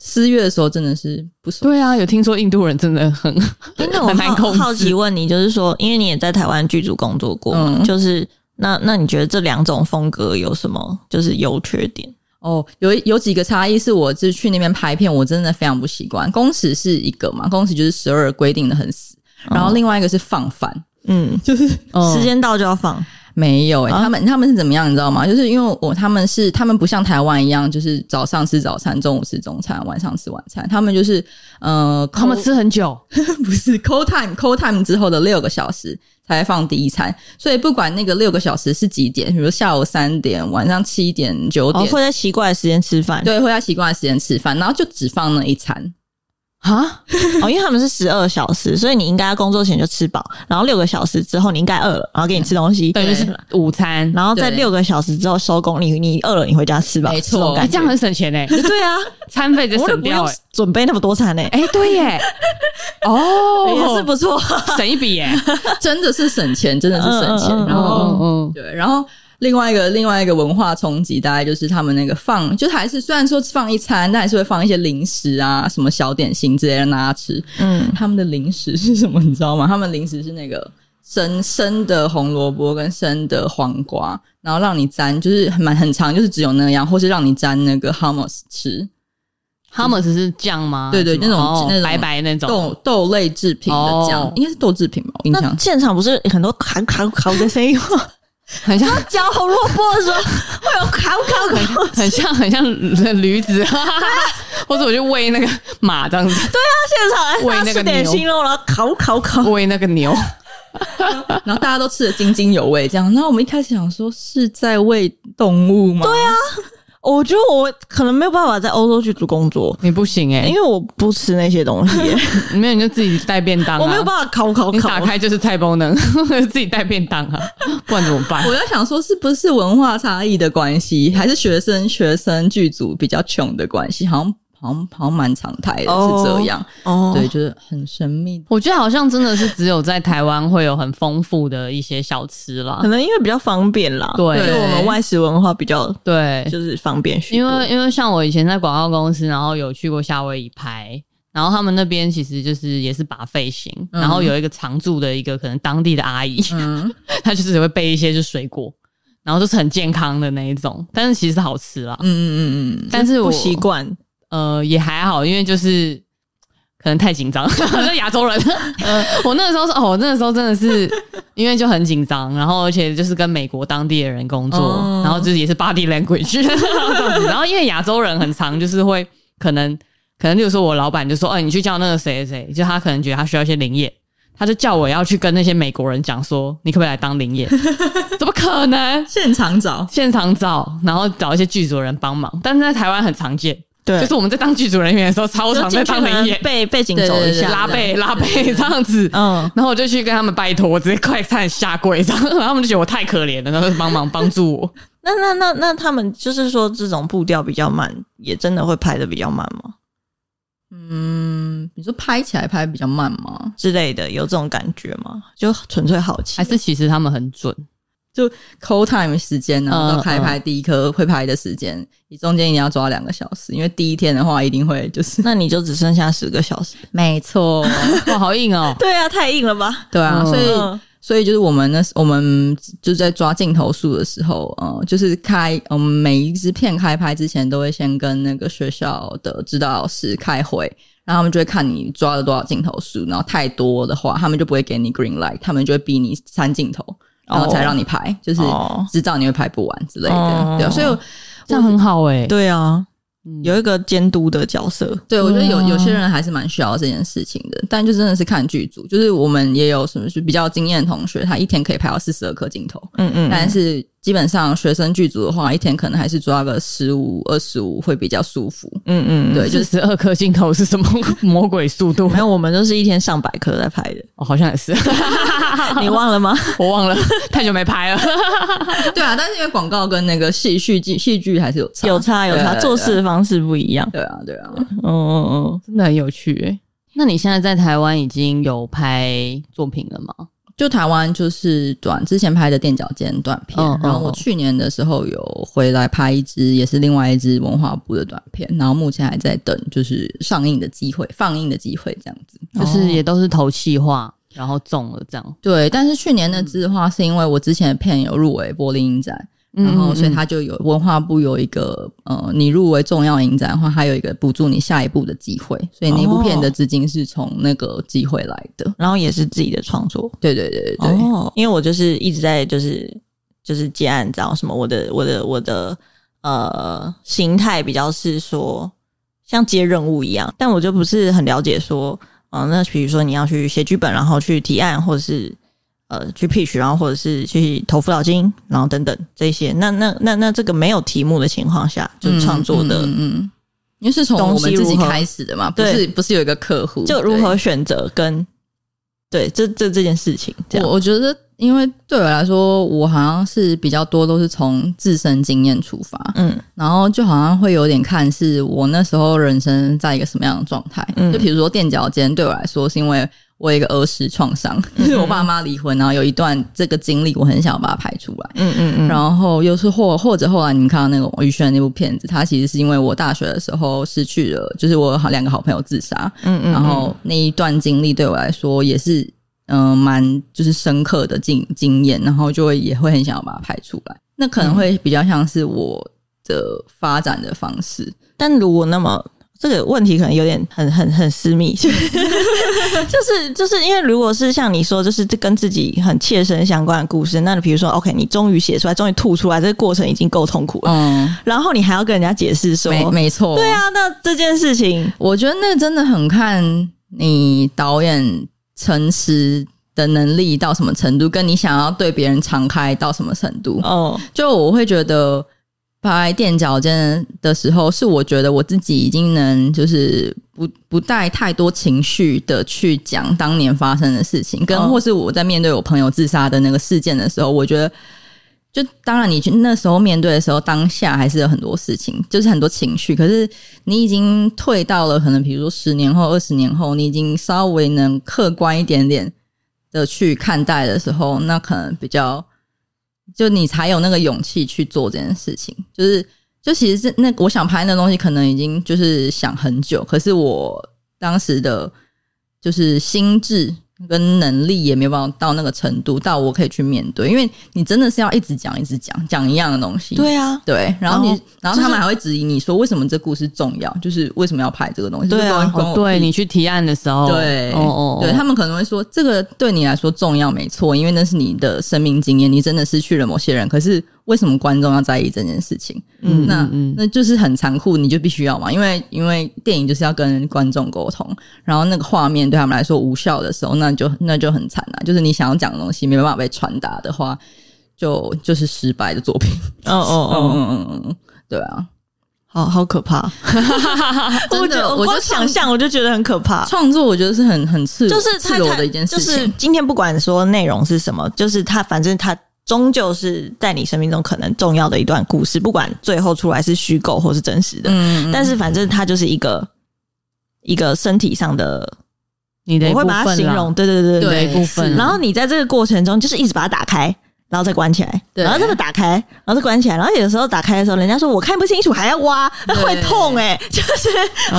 Speaker 1: 私约的时候真的是不守。
Speaker 4: 对啊，有听说印度人真的很
Speaker 3: 诶那我
Speaker 4: 很难
Speaker 3: 好
Speaker 4: 控制
Speaker 3: 好奇问你，就是说，因为你也在台湾剧组工作过嘛，
Speaker 1: 嗯
Speaker 3: 就是那那你觉得这两种风格有什么就是优缺点？
Speaker 1: 哦，有有几个差异是我是去那边拍片，我真的非常不习惯。工时是一个嘛，工时就是十二规定的很死，然后另外一个是放饭，
Speaker 3: 嗯，
Speaker 1: 就是
Speaker 3: 时间到就要放，
Speaker 1: 没有诶、欸
Speaker 3: 啊
Speaker 1: 他们他们是怎么样，你知道吗？就是因为我他们是他们不像台湾一样，就是早上吃早餐，中午吃中餐，晚上吃晚餐。他们就是呃，
Speaker 4: 他们
Speaker 1: call-
Speaker 4: 吃很久，
Speaker 1: 不 [laughs] 是 call time call time 之后的六个小时才放第一餐，所以不管那个六个小时是几点，比如下午三点、晚上七点、九
Speaker 4: 嗯
Speaker 3: 哦，
Speaker 1: 点，
Speaker 3: 会在奇怪的时间吃饭，
Speaker 1: 对，会在习惯的时间吃饭，然后就只放那一餐。 [laughs]
Speaker 4: 啊，
Speaker 3: 哦，因为他们是十二小时，所以你应该工作前就吃饱，然后六个小时之后你应该饿了，然后给你吃东西，
Speaker 4: 等于是午餐，
Speaker 3: 然后在
Speaker 1: 对
Speaker 3: 六个小时之后收工，你你饿了你回家吃吧，
Speaker 1: 没错
Speaker 3: 这种
Speaker 4: 哎、
Speaker 3: 感
Speaker 4: 这
Speaker 3: 觉
Speaker 4: 样很省钱哎、
Speaker 3: 对
Speaker 4: [laughs]
Speaker 3: 啊，
Speaker 4: 餐费直接
Speaker 3: 我就
Speaker 4: 省
Speaker 3: 不
Speaker 4: 掉
Speaker 3: 用
Speaker 4: 哎、
Speaker 3: 准备那么多餐呢、欸，
Speaker 4: 哎、对耶，哦，
Speaker 3: 也是不错，
Speaker 4: 省一笔耶，
Speaker 1: 真的是省钱，真的是省钱。
Speaker 3: 嗯嗯嗯
Speaker 1: 然后
Speaker 4: 嗯嗯
Speaker 1: 对，然后另外一个另外一个文化冲击，大概就是他们那个放，就是还是虽然说放一餐，但还是会放一些零食啊，什么小点心之类的让大家吃。
Speaker 3: 嗯，
Speaker 1: 他们的零食是什么，你知道吗？他们零食是那个生生的红萝卜跟生的黄瓜，然后让你沾，就是蛮很长，就是只有那样，或是让你沾那个 hummus 吃
Speaker 4: 他们只是酱吗？
Speaker 1: 对对
Speaker 4: 还是
Speaker 1: 那
Speaker 4: 什么
Speaker 1: 种
Speaker 4: 哦
Speaker 1: 那种
Speaker 4: 白白那种，
Speaker 1: 豆豆类制品的酱
Speaker 4: 哦
Speaker 1: 应该是豆制品吧？我印象
Speaker 3: 那现场不是很多烤烤烤的声音吗？
Speaker 4: 很像
Speaker 3: [laughs] 嚼红萝卜的时候会有烤烤烤，
Speaker 4: 很像很像驴子， [laughs] 或者我就喂那个马这样子，
Speaker 3: 现场
Speaker 4: 喂
Speaker 3: 来
Speaker 4: 那个
Speaker 3: 吃点
Speaker 4: 牛
Speaker 3: 心肉，然后烤烤烤，
Speaker 4: 喂那个牛，
Speaker 1: 然后大家都吃的津津有味，这样。然后我们一开始想说是在喂动物吗？对啊，
Speaker 3: 我觉得我可能没有办法在欧洲去做工作，
Speaker 4: 你不行哎、
Speaker 3: 因为我不吃那些东西
Speaker 4: [laughs]
Speaker 3: 耶，
Speaker 4: 没有你就自己带便当、啊，
Speaker 3: 我没有办法烤烤
Speaker 4: 你
Speaker 3: 烤
Speaker 4: 打。开就是菜包能 [laughs] 自己带便当啊，不然怎么办？
Speaker 1: 我在想说是不是文化差异的关系，还是学生学生剧组比较穷的关系？好像好像好像蛮常态的
Speaker 3: 哦
Speaker 1: 是这样，
Speaker 3: 哦，
Speaker 1: 对，就是很神秘。
Speaker 4: 我觉得好像真的是只有在台湾会有很丰富的一些小吃啦
Speaker 3: 可。能因为比较方便啦，
Speaker 4: 对
Speaker 3: 因为我们外食文化比较
Speaker 4: 对，
Speaker 3: 就是方便许
Speaker 4: 因
Speaker 3: 多。
Speaker 4: 为因为像我以前在广告公司，然后有去过夏威夷拍，然后他们那边其实就是也是把费型，
Speaker 1: 嗯
Speaker 4: 然后有一个常住的一个可能当地的阿姨，
Speaker 1: [laughs] 嗯，
Speaker 4: [laughs] 她就是会备一些就是水果，然后就是很健康的那一种，但是其实好吃啦。
Speaker 1: 嗯嗯嗯嗯，
Speaker 4: 但是我
Speaker 3: 不习惯，
Speaker 4: 呃，也还好，因为就是可能太紧张， [laughs] 是亚洲人。 [laughs] 我那个时候是，哦，我那个时候真的是因为就很紧张，然后而且就是跟美国当地的人工作，
Speaker 1: 哦
Speaker 4: 然后就是也是 body language，然 [laughs] 后这样子然后因为亚洲人很常就是会可能可能，例如说我老板就说，哦、你去叫那个谁谁谁，就他可能觉得他需要一些灵业。他就叫我要去跟那些美国人讲说，你可不可以来当灵业？ [laughs] 怎么可能？
Speaker 1: 现场找
Speaker 4: 现场找，然后找一些剧组的人帮忙，但是在台湾很常见。
Speaker 3: 对，
Speaker 4: 就是我们在当剧组人员的时候，超常
Speaker 3: 就进去
Speaker 4: 在当
Speaker 3: 可
Speaker 4: 人
Speaker 3: 能
Speaker 4: 演，
Speaker 3: 背背景
Speaker 1: 对
Speaker 3: 走
Speaker 1: 对
Speaker 3: 一
Speaker 1: 对
Speaker 3: 下，
Speaker 4: 拉背拉背这样子。
Speaker 3: 嗯，
Speaker 4: 然后我就去跟他们拜托，我直接快差点下跪，这样，然后他们就觉得我太可怜了，然后就帮忙帮助我。
Speaker 3: 那那那那他们就是说这种步调比较慢，也真的会拍的比较慢吗？
Speaker 1: 嗯，你说拍起来拍比较慢吗？
Speaker 3: 之类的，有这种感觉吗？就纯粹好奇
Speaker 4: [laughs] 还，是其实他们很准，
Speaker 1: 就 call time 时间，然后
Speaker 4: 嗯
Speaker 1: 到开拍第一颗会拍的时间，你中间一定要抓两个小时，因为第一天的话一定会 [laughs] 就是
Speaker 3: 那你就只剩下十个小时。！
Speaker 1: 没错，
Speaker 4: [laughs] 哇，好硬哦
Speaker 3: 对啊，太硬了吧？
Speaker 1: 对啊，
Speaker 4: 嗯
Speaker 1: 所以
Speaker 3: 嗯，
Speaker 1: 所以就是我们那时我们就在抓镜头数的时候，呃，就是开我们每一支片开拍之前都会先跟那个学校的指导老师开会，然后他们就会看你抓了多少镜头数，然后太多的话，他们就不会给你 green light，他们就会逼你删镜头，然后才让你拍，就是
Speaker 3: 哦
Speaker 1: 知道你会拍不完之类的。
Speaker 3: 哦
Speaker 1: 对啊，所以我
Speaker 4: 这样很好哎、
Speaker 3: 对啊，
Speaker 4: 嗯
Speaker 3: 有一个监督的角色，
Speaker 1: 对，我觉得有
Speaker 4: 对啊
Speaker 1: 有些人还是蛮需要这件事情的，但就真的是看剧组，就是我们也有什么就比较经验的同学，他一天可以拍到四十二颗镜头。
Speaker 3: 嗯嗯，
Speaker 1: 但是基本上学生剧组的话，一天可能还是抓个十五、二十五会比较舒服。
Speaker 3: 嗯嗯，
Speaker 1: 对，就
Speaker 4: 四
Speaker 1: 是
Speaker 4: 十二颗镜头是什么魔鬼速度
Speaker 3: 没？有，我们都是一天上百颗在拍 [laughs] 的，
Speaker 4: [laughs] 哦，好像也是，
Speaker 3: 你忘了吗？
Speaker 4: [laughs] 我忘 [laughs] 了，太久没拍了。
Speaker 1: [laughs] 对啊，但是因为广告跟那个戏剧剧戏剧还是有差，
Speaker 3: 有差有
Speaker 1: 对啊
Speaker 3: 差，做事的方式不一样。
Speaker 1: 对啊，对啊，
Speaker 3: 嗯嗯嗯，
Speaker 4: 真的很有趣哎、哦那你现在在台湾已经有拍作品了吗？
Speaker 1: 就台湾就是短之前拍的垫脚尖短片，
Speaker 4: 嗯嗯
Speaker 1: 然后我
Speaker 4: 嗯
Speaker 1: 去年的时候有回来拍一支，也是另外一支文化部的短片，然后目前还在等就是上映的机会、放映的机会这样子。
Speaker 4: 就是也都是投气化，然后中了这样。
Speaker 1: 对，但是去年那支的话，是因为我之前的片有入围柏林影展，
Speaker 3: 嗯
Speaker 1: 然后所以它就有文化部有一个呃，你入围重要影展的话，它有一个补助你下一步的机会，所以那部片的资金是从那个机会来的。
Speaker 3: 然后也是自己的创作，
Speaker 1: 对对对对对，
Speaker 3: 哦，因为我就是一直在就是就是接案子啊，然后什么我的我的我的呃心态比较是说像接任务一样，但我就不是很了解说，嗯、那比如说你要去写剧本，然后去提案，或者是呃去 pitch，然后或者是去投辅导金，然后等等这些，那那那那这个没有题目的情况下，就是创作的。
Speaker 1: 嗯嗯嗯嗯因为是从我
Speaker 3: 东
Speaker 1: 们
Speaker 3: 西
Speaker 1: 自己
Speaker 3: 如何
Speaker 1: 开始的嘛，不
Speaker 3: 对
Speaker 1: 是不是有一个客户
Speaker 3: 就如
Speaker 1: 对
Speaker 3: 何选择跟对这这这件事情这样
Speaker 1: 我我觉得，因为对我来说，我好像是比较多都是从自身经验出发，
Speaker 3: 嗯
Speaker 1: 然后就好像会有点看是我那时候人生在一个什么样的状态。
Speaker 3: 嗯
Speaker 1: 就比如说垫脚尖，对我来说是因为我有一个儿时创伤，
Speaker 3: 嗯
Speaker 1: [laughs] 就是我爸妈离婚，然后有一段这个经历，我很想要把它排出来。
Speaker 3: 嗯嗯嗯，
Speaker 1: 然后又是或或者后来你们看到那个王宇轩那部片子，它其实是因为我大学的时候失去了，就是我有好两个好朋友自杀，
Speaker 3: 嗯嗯，
Speaker 1: 然后那一段经历对我来说也是嗯、呃蛮就是深刻的经经验，然后就会也会很想要把它拍出来。那可能会比较像是我的发展的方式，
Speaker 3: 但如果那么这个问题可能有点很很很私密， [laughs] 就是就是因为如果是像你说，就是这跟自己很切身相关的故事，那你比如说，OK，你终于写出来，终于吐出来，这个过程已经够痛苦了，
Speaker 1: 嗯，
Speaker 3: 然后你还要跟人家解释说，
Speaker 1: 没没错，
Speaker 3: 对，啊，那这件事情，
Speaker 1: 我觉得那真的很看你导演诚实的能力到什么程度，跟你想要对别人敞开到什么程度。
Speaker 3: 哦，
Speaker 1: 就我会觉得拍垫脚尖的时候，是我觉得我自己已经能就是不不带太多情绪的去讲当年发生的事情，跟
Speaker 3: 嗯
Speaker 1: 或是我在面对我朋友自杀的那个事件的时候，我觉得。就当然，你去那时候面对的时候，当下还是有很多事情，就是很多情绪。可是你已经退到了可能，比如说十年后、二十年后，你已经稍微能客观一点点的去看待的时候，那可能比较就你才有那个勇气去做这件事情。就是，就其实是那我想拍那东西，可能已经就是想很久，可是我当时的就是心智跟能力也没有办法到那个程度，到我可以去面对。因为你真的是要一直讲，一直讲，讲一样的东西。
Speaker 3: 对啊，
Speaker 1: 对，然后你，然后
Speaker 3: 就是
Speaker 1: 他们还会质疑你说为什么这故事重要，就是为什么要拍这个东西？
Speaker 3: 对啊
Speaker 1: 就关关我
Speaker 4: 对
Speaker 1: 屁
Speaker 4: 你去提案的时候，
Speaker 1: 对，
Speaker 4: 哦哦，
Speaker 1: 对他们可能会说，这个对你来说重要，没错，因为那是你的生命经验，你真的失去了某些人。可是为什么观众要在意这件事情？
Speaker 3: 嗯
Speaker 1: 那
Speaker 4: 嗯
Speaker 1: 那就是很残酷，你就必须要嘛，因为因为电影就是要跟观众沟通，然后那个画面对他们来说无效的时候，那就那就很惨了、啊就是你想要讲的东西没办法被传达的话，就就是失败的作品。嗯
Speaker 3: 哦哦哦，
Speaker 1: 嗯嗯嗯嗯，对啊，
Speaker 3: 好好可怕，我
Speaker 1: 真的
Speaker 3: 觉得
Speaker 1: 我
Speaker 3: 啊我
Speaker 1: 就创
Speaker 3: 光想象我就觉得很可怕。
Speaker 1: 创作我觉得是很很赤裸
Speaker 3: 就是
Speaker 1: 赤
Speaker 3: 他
Speaker 1: 裸的一件事
Speaker 3: 就
Speaker 1: 情。嗯
Speaker 3: 是今天不管说内容是什么，就是他反正他终究是在你生命中可能重要的一段故事，不管最后出来是虚构或是真实的，
Speaker 1: 嗯，嗯
Speaker 3: 但是反正它就是一个一个身体上的，
Speaker 4: 你的一
Speaker 3: 我
Speaker 4: 部
Speaker 3: 会把
Speaker 4: 分
Speaker 3: 它
Speaker 4: 啦
Speaker 3: 形容，对对对
Speaker 4: 你的
Speaker 1: 对
Speaker 4: 一部分
Speaker 1: 是
Speaker 4: 啦，
Speaker 3: 然后你在这个过程中，就是一直把它打开，然后再关起来，
Speaker 1: 对
Speaker 3: 然后这个打开，然后再关起来，然后有时候打开的时候，人家说我看不清楚，还要挖，那 [laughs] 会
Speaker 1: 对
Speaker 3: 痛哎、就是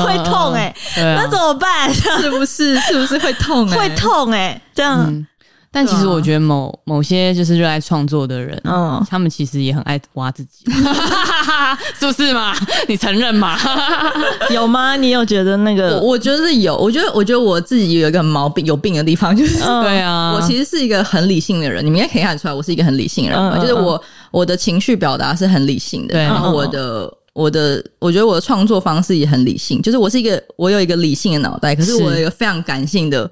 Speaker 3: 会痛哎、
Speaker 4: 对啊
Speaker 3: 那怎么办？ [laughs]
Speaker 1: 是不是是不是会痛、欸？
Speaker 3: 会痛哎、这样，
Speaker 4: 嗯，但其实我觉得某某些就是热爱创作的人，
Speaker 3: 嗯
Speaker 4: 他们其实也很爱挖自己，是不是嘛？ [laughs] 你承认嘛？
Speaker 3: [laughs] 有吗？你有觉得那
Speaker 1: 我
Speaker 3: 个？
Speaker 1: 我觉得是有，我觉得我觉得我自己有一个很毛病有病的地方，就是
Speaker 3: 嗯
Speaker 4: [laughs] 对啊，
Speaker 1: 我其实是一个很理性的人，你们应该可以看得出来，我是一个很理性的人吧
Speaker 3: 嗯嗯
Speaker 1: 就是我我的情绪表达是很理性的，
Speaker 4: 对
Speaker 1: 然后
Speaker 3: 嗯嗯嗯
Speaker 1: 我的我的我觉得我的创作方式也很理性，就是我是一个我有一个理性的脑袋，可是
Speaker 4: 是
Speaker 1: 我有一个非常感性的，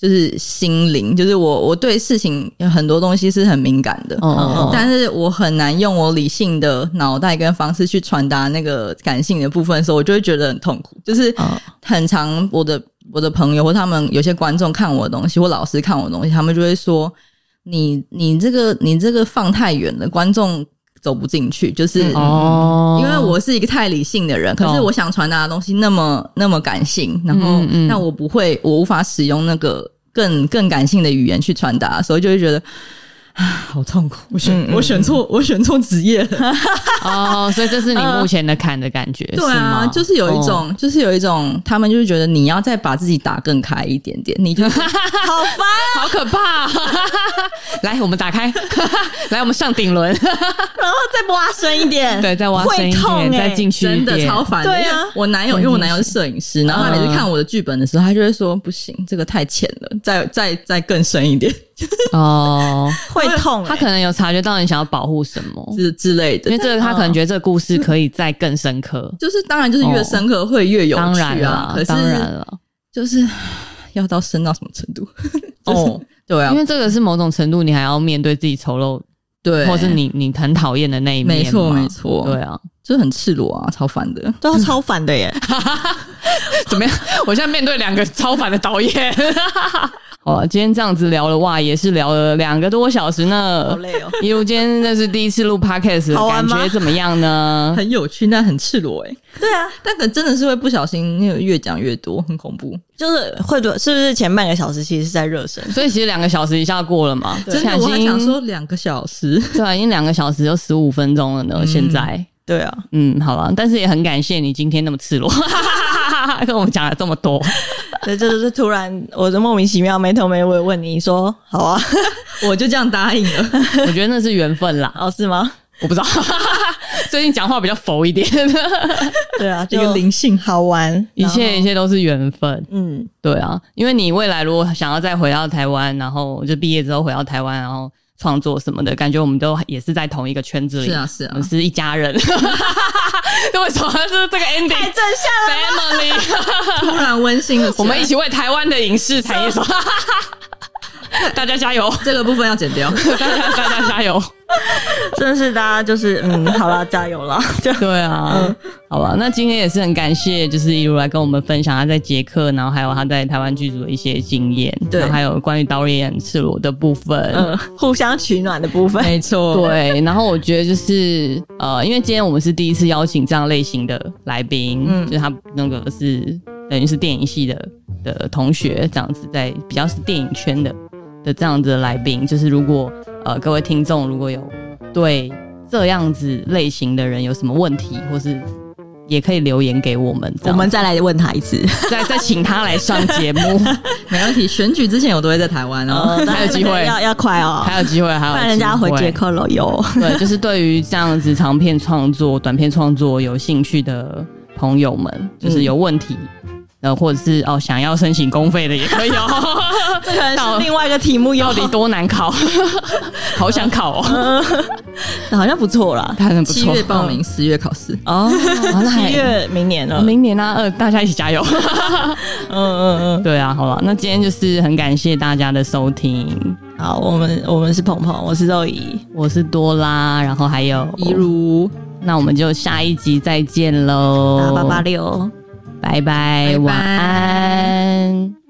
Speaker 1: 就是心灵，就是我我对事情有很多东西是很敏感的。
Speaker 4: 哦哦哦，
Speaker 1: 但是我很难用我理性的脑袋跟方式去传达那个感性的部分的时候，我就会觉得很痛苦。就是
Speaker 3: 嗯
Speaker 1: 很常我的我的朋友或他们有些观众看我的东西，或老师看我的东西，他们就会说：“你你这个你这个放太远了，观众走不进去。”就是、
Speaker 4: 哦
Speaker 1: 嗯因为我是一个太理性的人，可是
Speaker 4: 懂
Speaker 1: 我想传达的东西那么那么感性，然后
Speaker 4: 嗯嗯
Speaker 1: 那我不会，我无法使用那个更更感性的语言去传达，所以就会觉得。 [sighs] 啊，好痛苦！我选、
Speaker 3: 嗯嗯
Speaker 1: 我选错我选错职业了，
Speaker 4: 哦，所以这是你目前的坎的感觉，
Speaker 1: [laughs] 对啊，
Speaker 4: 吗哦
Speaker 1: 就是有一种、就是有一种，他们就是觉得你要再把自己打更开一点 [laughs] 点，你就
Speaker 3: 好烦，
Speaker 4: 好可怕、 [laughs] 来，我们打开， [laughs] 来，我们上顶轮，
Speaker 3: 然后再挖深一 [laughs] 点，
Speaker 4: 对，再挖深一
Speaker 3: 会痛
Speaker 4: 点，
Speaker 3: 欸
Speaker 4: 再进去一
Speaker 1: 真的
Speaker 4: 点，
Speaker 1: 超烦的。
Speaker 3: 对啊
Speaker 1: 因为我男友因为我男友是摄影师，然后他每次看我的剧本的时候，他就会说不行，这个太浅了，再再再更深一点，
Speaker 4: 哦。
Speaker 3: 会痛、欸。
Speaker 4: 他可能有察觉到你想要保护什么，
Speaker 1: 之之类的
Speaker 4: 因为。这个他可能觉得这个故事可以再更深刻。
Speaker 1: 就是当然就是越深刻会越有
Speaker 4: 哦当
Speaker 1: 趣
Speaker 4: 然
Speaker 1: 啊，
Speaker 4: 了
Speaker 1: 可，
Speaker 4: 当然
Speaker 1: 是
Speaker 4: 了，
Speaker 1: 就是要到深到什么程度？ [laughs]
Speaker 4: 哦，
Speaker 1: 对啊
Speaker 4: 因，为这个是某种程度，你还要面对自己丑陋，
Speaker 1: 对，
Speaker 4: 或是你你很讨厌的那一面嘛。
Speaker 1: 没错没错
Speaker 4: 对啊，
Speaker 1: 就是很赤裸啊，超烦
Speaker 4: 嗯
Speaker 1: 的。
Speaker 3: 对啊，超烦的耶！
Speaker 4: 怎么样？我现在面对两个超凡的导演。 [laughs] 好啊了，今天这样子聊了哇，也是聊了两个多小时
Speaker 3: [laughs] 好
Speaker 4: 呢。
Speaker 3: 累哦。
Speaker 4: 一路今天这是第一次录 podcast，
Speaker 3: 好玩
Speaker 4: 感
Speaker 3: 吗
Speaker 4: 觉怎么样呢？
Speaker 1: 很有趣，但很赤裸哎、
Speaker 3: 对啊，
Speaker 1: 但可真的是会不小心，那个越讲越多，很恐怖。
Speaker 3: 就是会多，是不是前半个小时其实是在热身？
Speaker 4: 所以其实两个小时一下过了嘛，
Speaker 1: 真
Speaker 4: 现在
Speaker 1: 的，
Speaker 4: 已
Speaker 1: 我还
Speaker 4: 经
Speaker 1: 想说两个小时，
Speaker 4: [laughs] 对啊，已经两个小时就十五分钟了呢。
Speaker 1: 嗯
Speaker 4: 现在，
Speaker 3: 对啊，
Speaker 4: 嗯，好了，但是也很感谢你今天那么赤裸， [laughs] 跟我们讲了这么多。
Speaker 3: 对，这就是突然我就莫名其妙没头没尾问你说好啊， [laughs]
Speaker 1: 我就这样答应
Speaker 4: [laughs]
Speaker 1: 了。
Speaker 4: 我觉得那是缘分啦，
Speaker 3: 哦是吗？
Speaker 4: 我不知道， [laughs] 最近讲话比较浮一点，
Speaker 3: 对啊，
Speaker 1: 一
Speaker 3: 就
Speaker 1: 个灵性
Speaker 3: 好玩，
Speaker 4: 一
Speaker 3: 然后
Speaker 4: 切一切都是缘分。
Speaker 3: 嗯，
Speaker 4: 对啊，因为你未来如果想要再回到台湾，然后就毕业之后回到台湾，然后创作什么的，感觉我们都也是在同一个圈子里，
Speaker 1: 是啊，是
Speaker 4: 我
Speaker 1: 啊
Speaker 4: 们，是一家人。 [laughs] 为什么是这个 ending
Speaker 3: 正向
Speaker 4: family？ [laughs]
Speaker 1: 突然温馨了起来，
Speaker 4: 我们一起为台湾的影视产业说， [laughs] 大家加油， [laughs]
Speaker 1: 这个部分要剪掉。
Speaker 4: 大家大家加油。
Speaker 3: 真的是大家就是嗯，好啦，加油啦， [laughs] 这样
Speaker 4: 对啊，好吧，那今天也是很感谢，就是一路来跟我们分享他在捷克，然后还有他在台湾剧组的一些经验，
Speaker 3: 对
Speaker 4: 然后还有关于导演赤裸的部分，
Speaker 3: 嗯，互相取暖的部分，
Speaker 1: 没错，
Speaker 4: 对，然后我觉得就是呃，因为今天我们是第一次邀请这样类型的来宾，
Speaker 3: 嗯
Speaker 4: 就是他那个是等于是电影系的的同学这样子，在比较是电影圈的的这样子的来宾，就是如果呃各位听众如果有对这样子类型的人有什么问题，或是也可以留言给我们，这
Speaker 3: 我
Speaker 4: 样
Speaker 3: 们再来问他一次，
Speaker 4: 再再请他来上节目，
Speaker 1: 没问题。选举之前我都会在台湾哦。
Speaker 3: [laughs]
Speaker 4: 还有 [laughs] 机会
Speaker 3: 要要快哦，
Speaker 4: 还有机会，还有
Speaker 3: 不然人家
Speaker 4: 机
Speaker 3: 回
Speaker 4: 会
Speaker 3: 捷克了哟。
Speaker 4: [laughs] 对，就是对于这样子长片创作、短片创作有兴趣的朋友们，
Speaker 1: 嗯
Speaker 4: 就是有问题，呃，或者是哦想要申请公费的也可以哦。 [laughs]
Speaker 3: 这可能
Speaker 4: 到
Speaker 3: 是另外一个题目哟
Speaker 4: 到，底多难考？ [laughs] 好想考哦，
Speaker 3: 好像不错啦。
Speaker 4: 他很
Speaker 1: 嗯
Speaker 4: 不
Speaker 1: 七
Speaker 4: 错。
Speaker 1: 月报名，十月考试。
Speaker 4: 哦，啊那还
Speaker 3: 七月明年了，
Speaker 4: 明年啊，呃，大家一起
Speaker 1: [laughs]
Speaker 4: 加油。
Speaker 3: 嗯嗯
Speaker 4: 对啊，好了，那今天就是很感谢大家的收听，
Speaker 3: 嗯。好，我们我们是鹏鹏，我是肉姨，
Speaker 4: 我是多拉，然后还有
Speaker 1: 一，如，
Speaker 4: 那我们就下一集再见
Speaker 3: 打
Speaker 4: 喽，
Speaker 3: 八八六。
Speaker 4: 拜拜，
Speaker 1: 拜
Speaker 4: 晚
Speaker 1: 拜
Speaker 4: 安。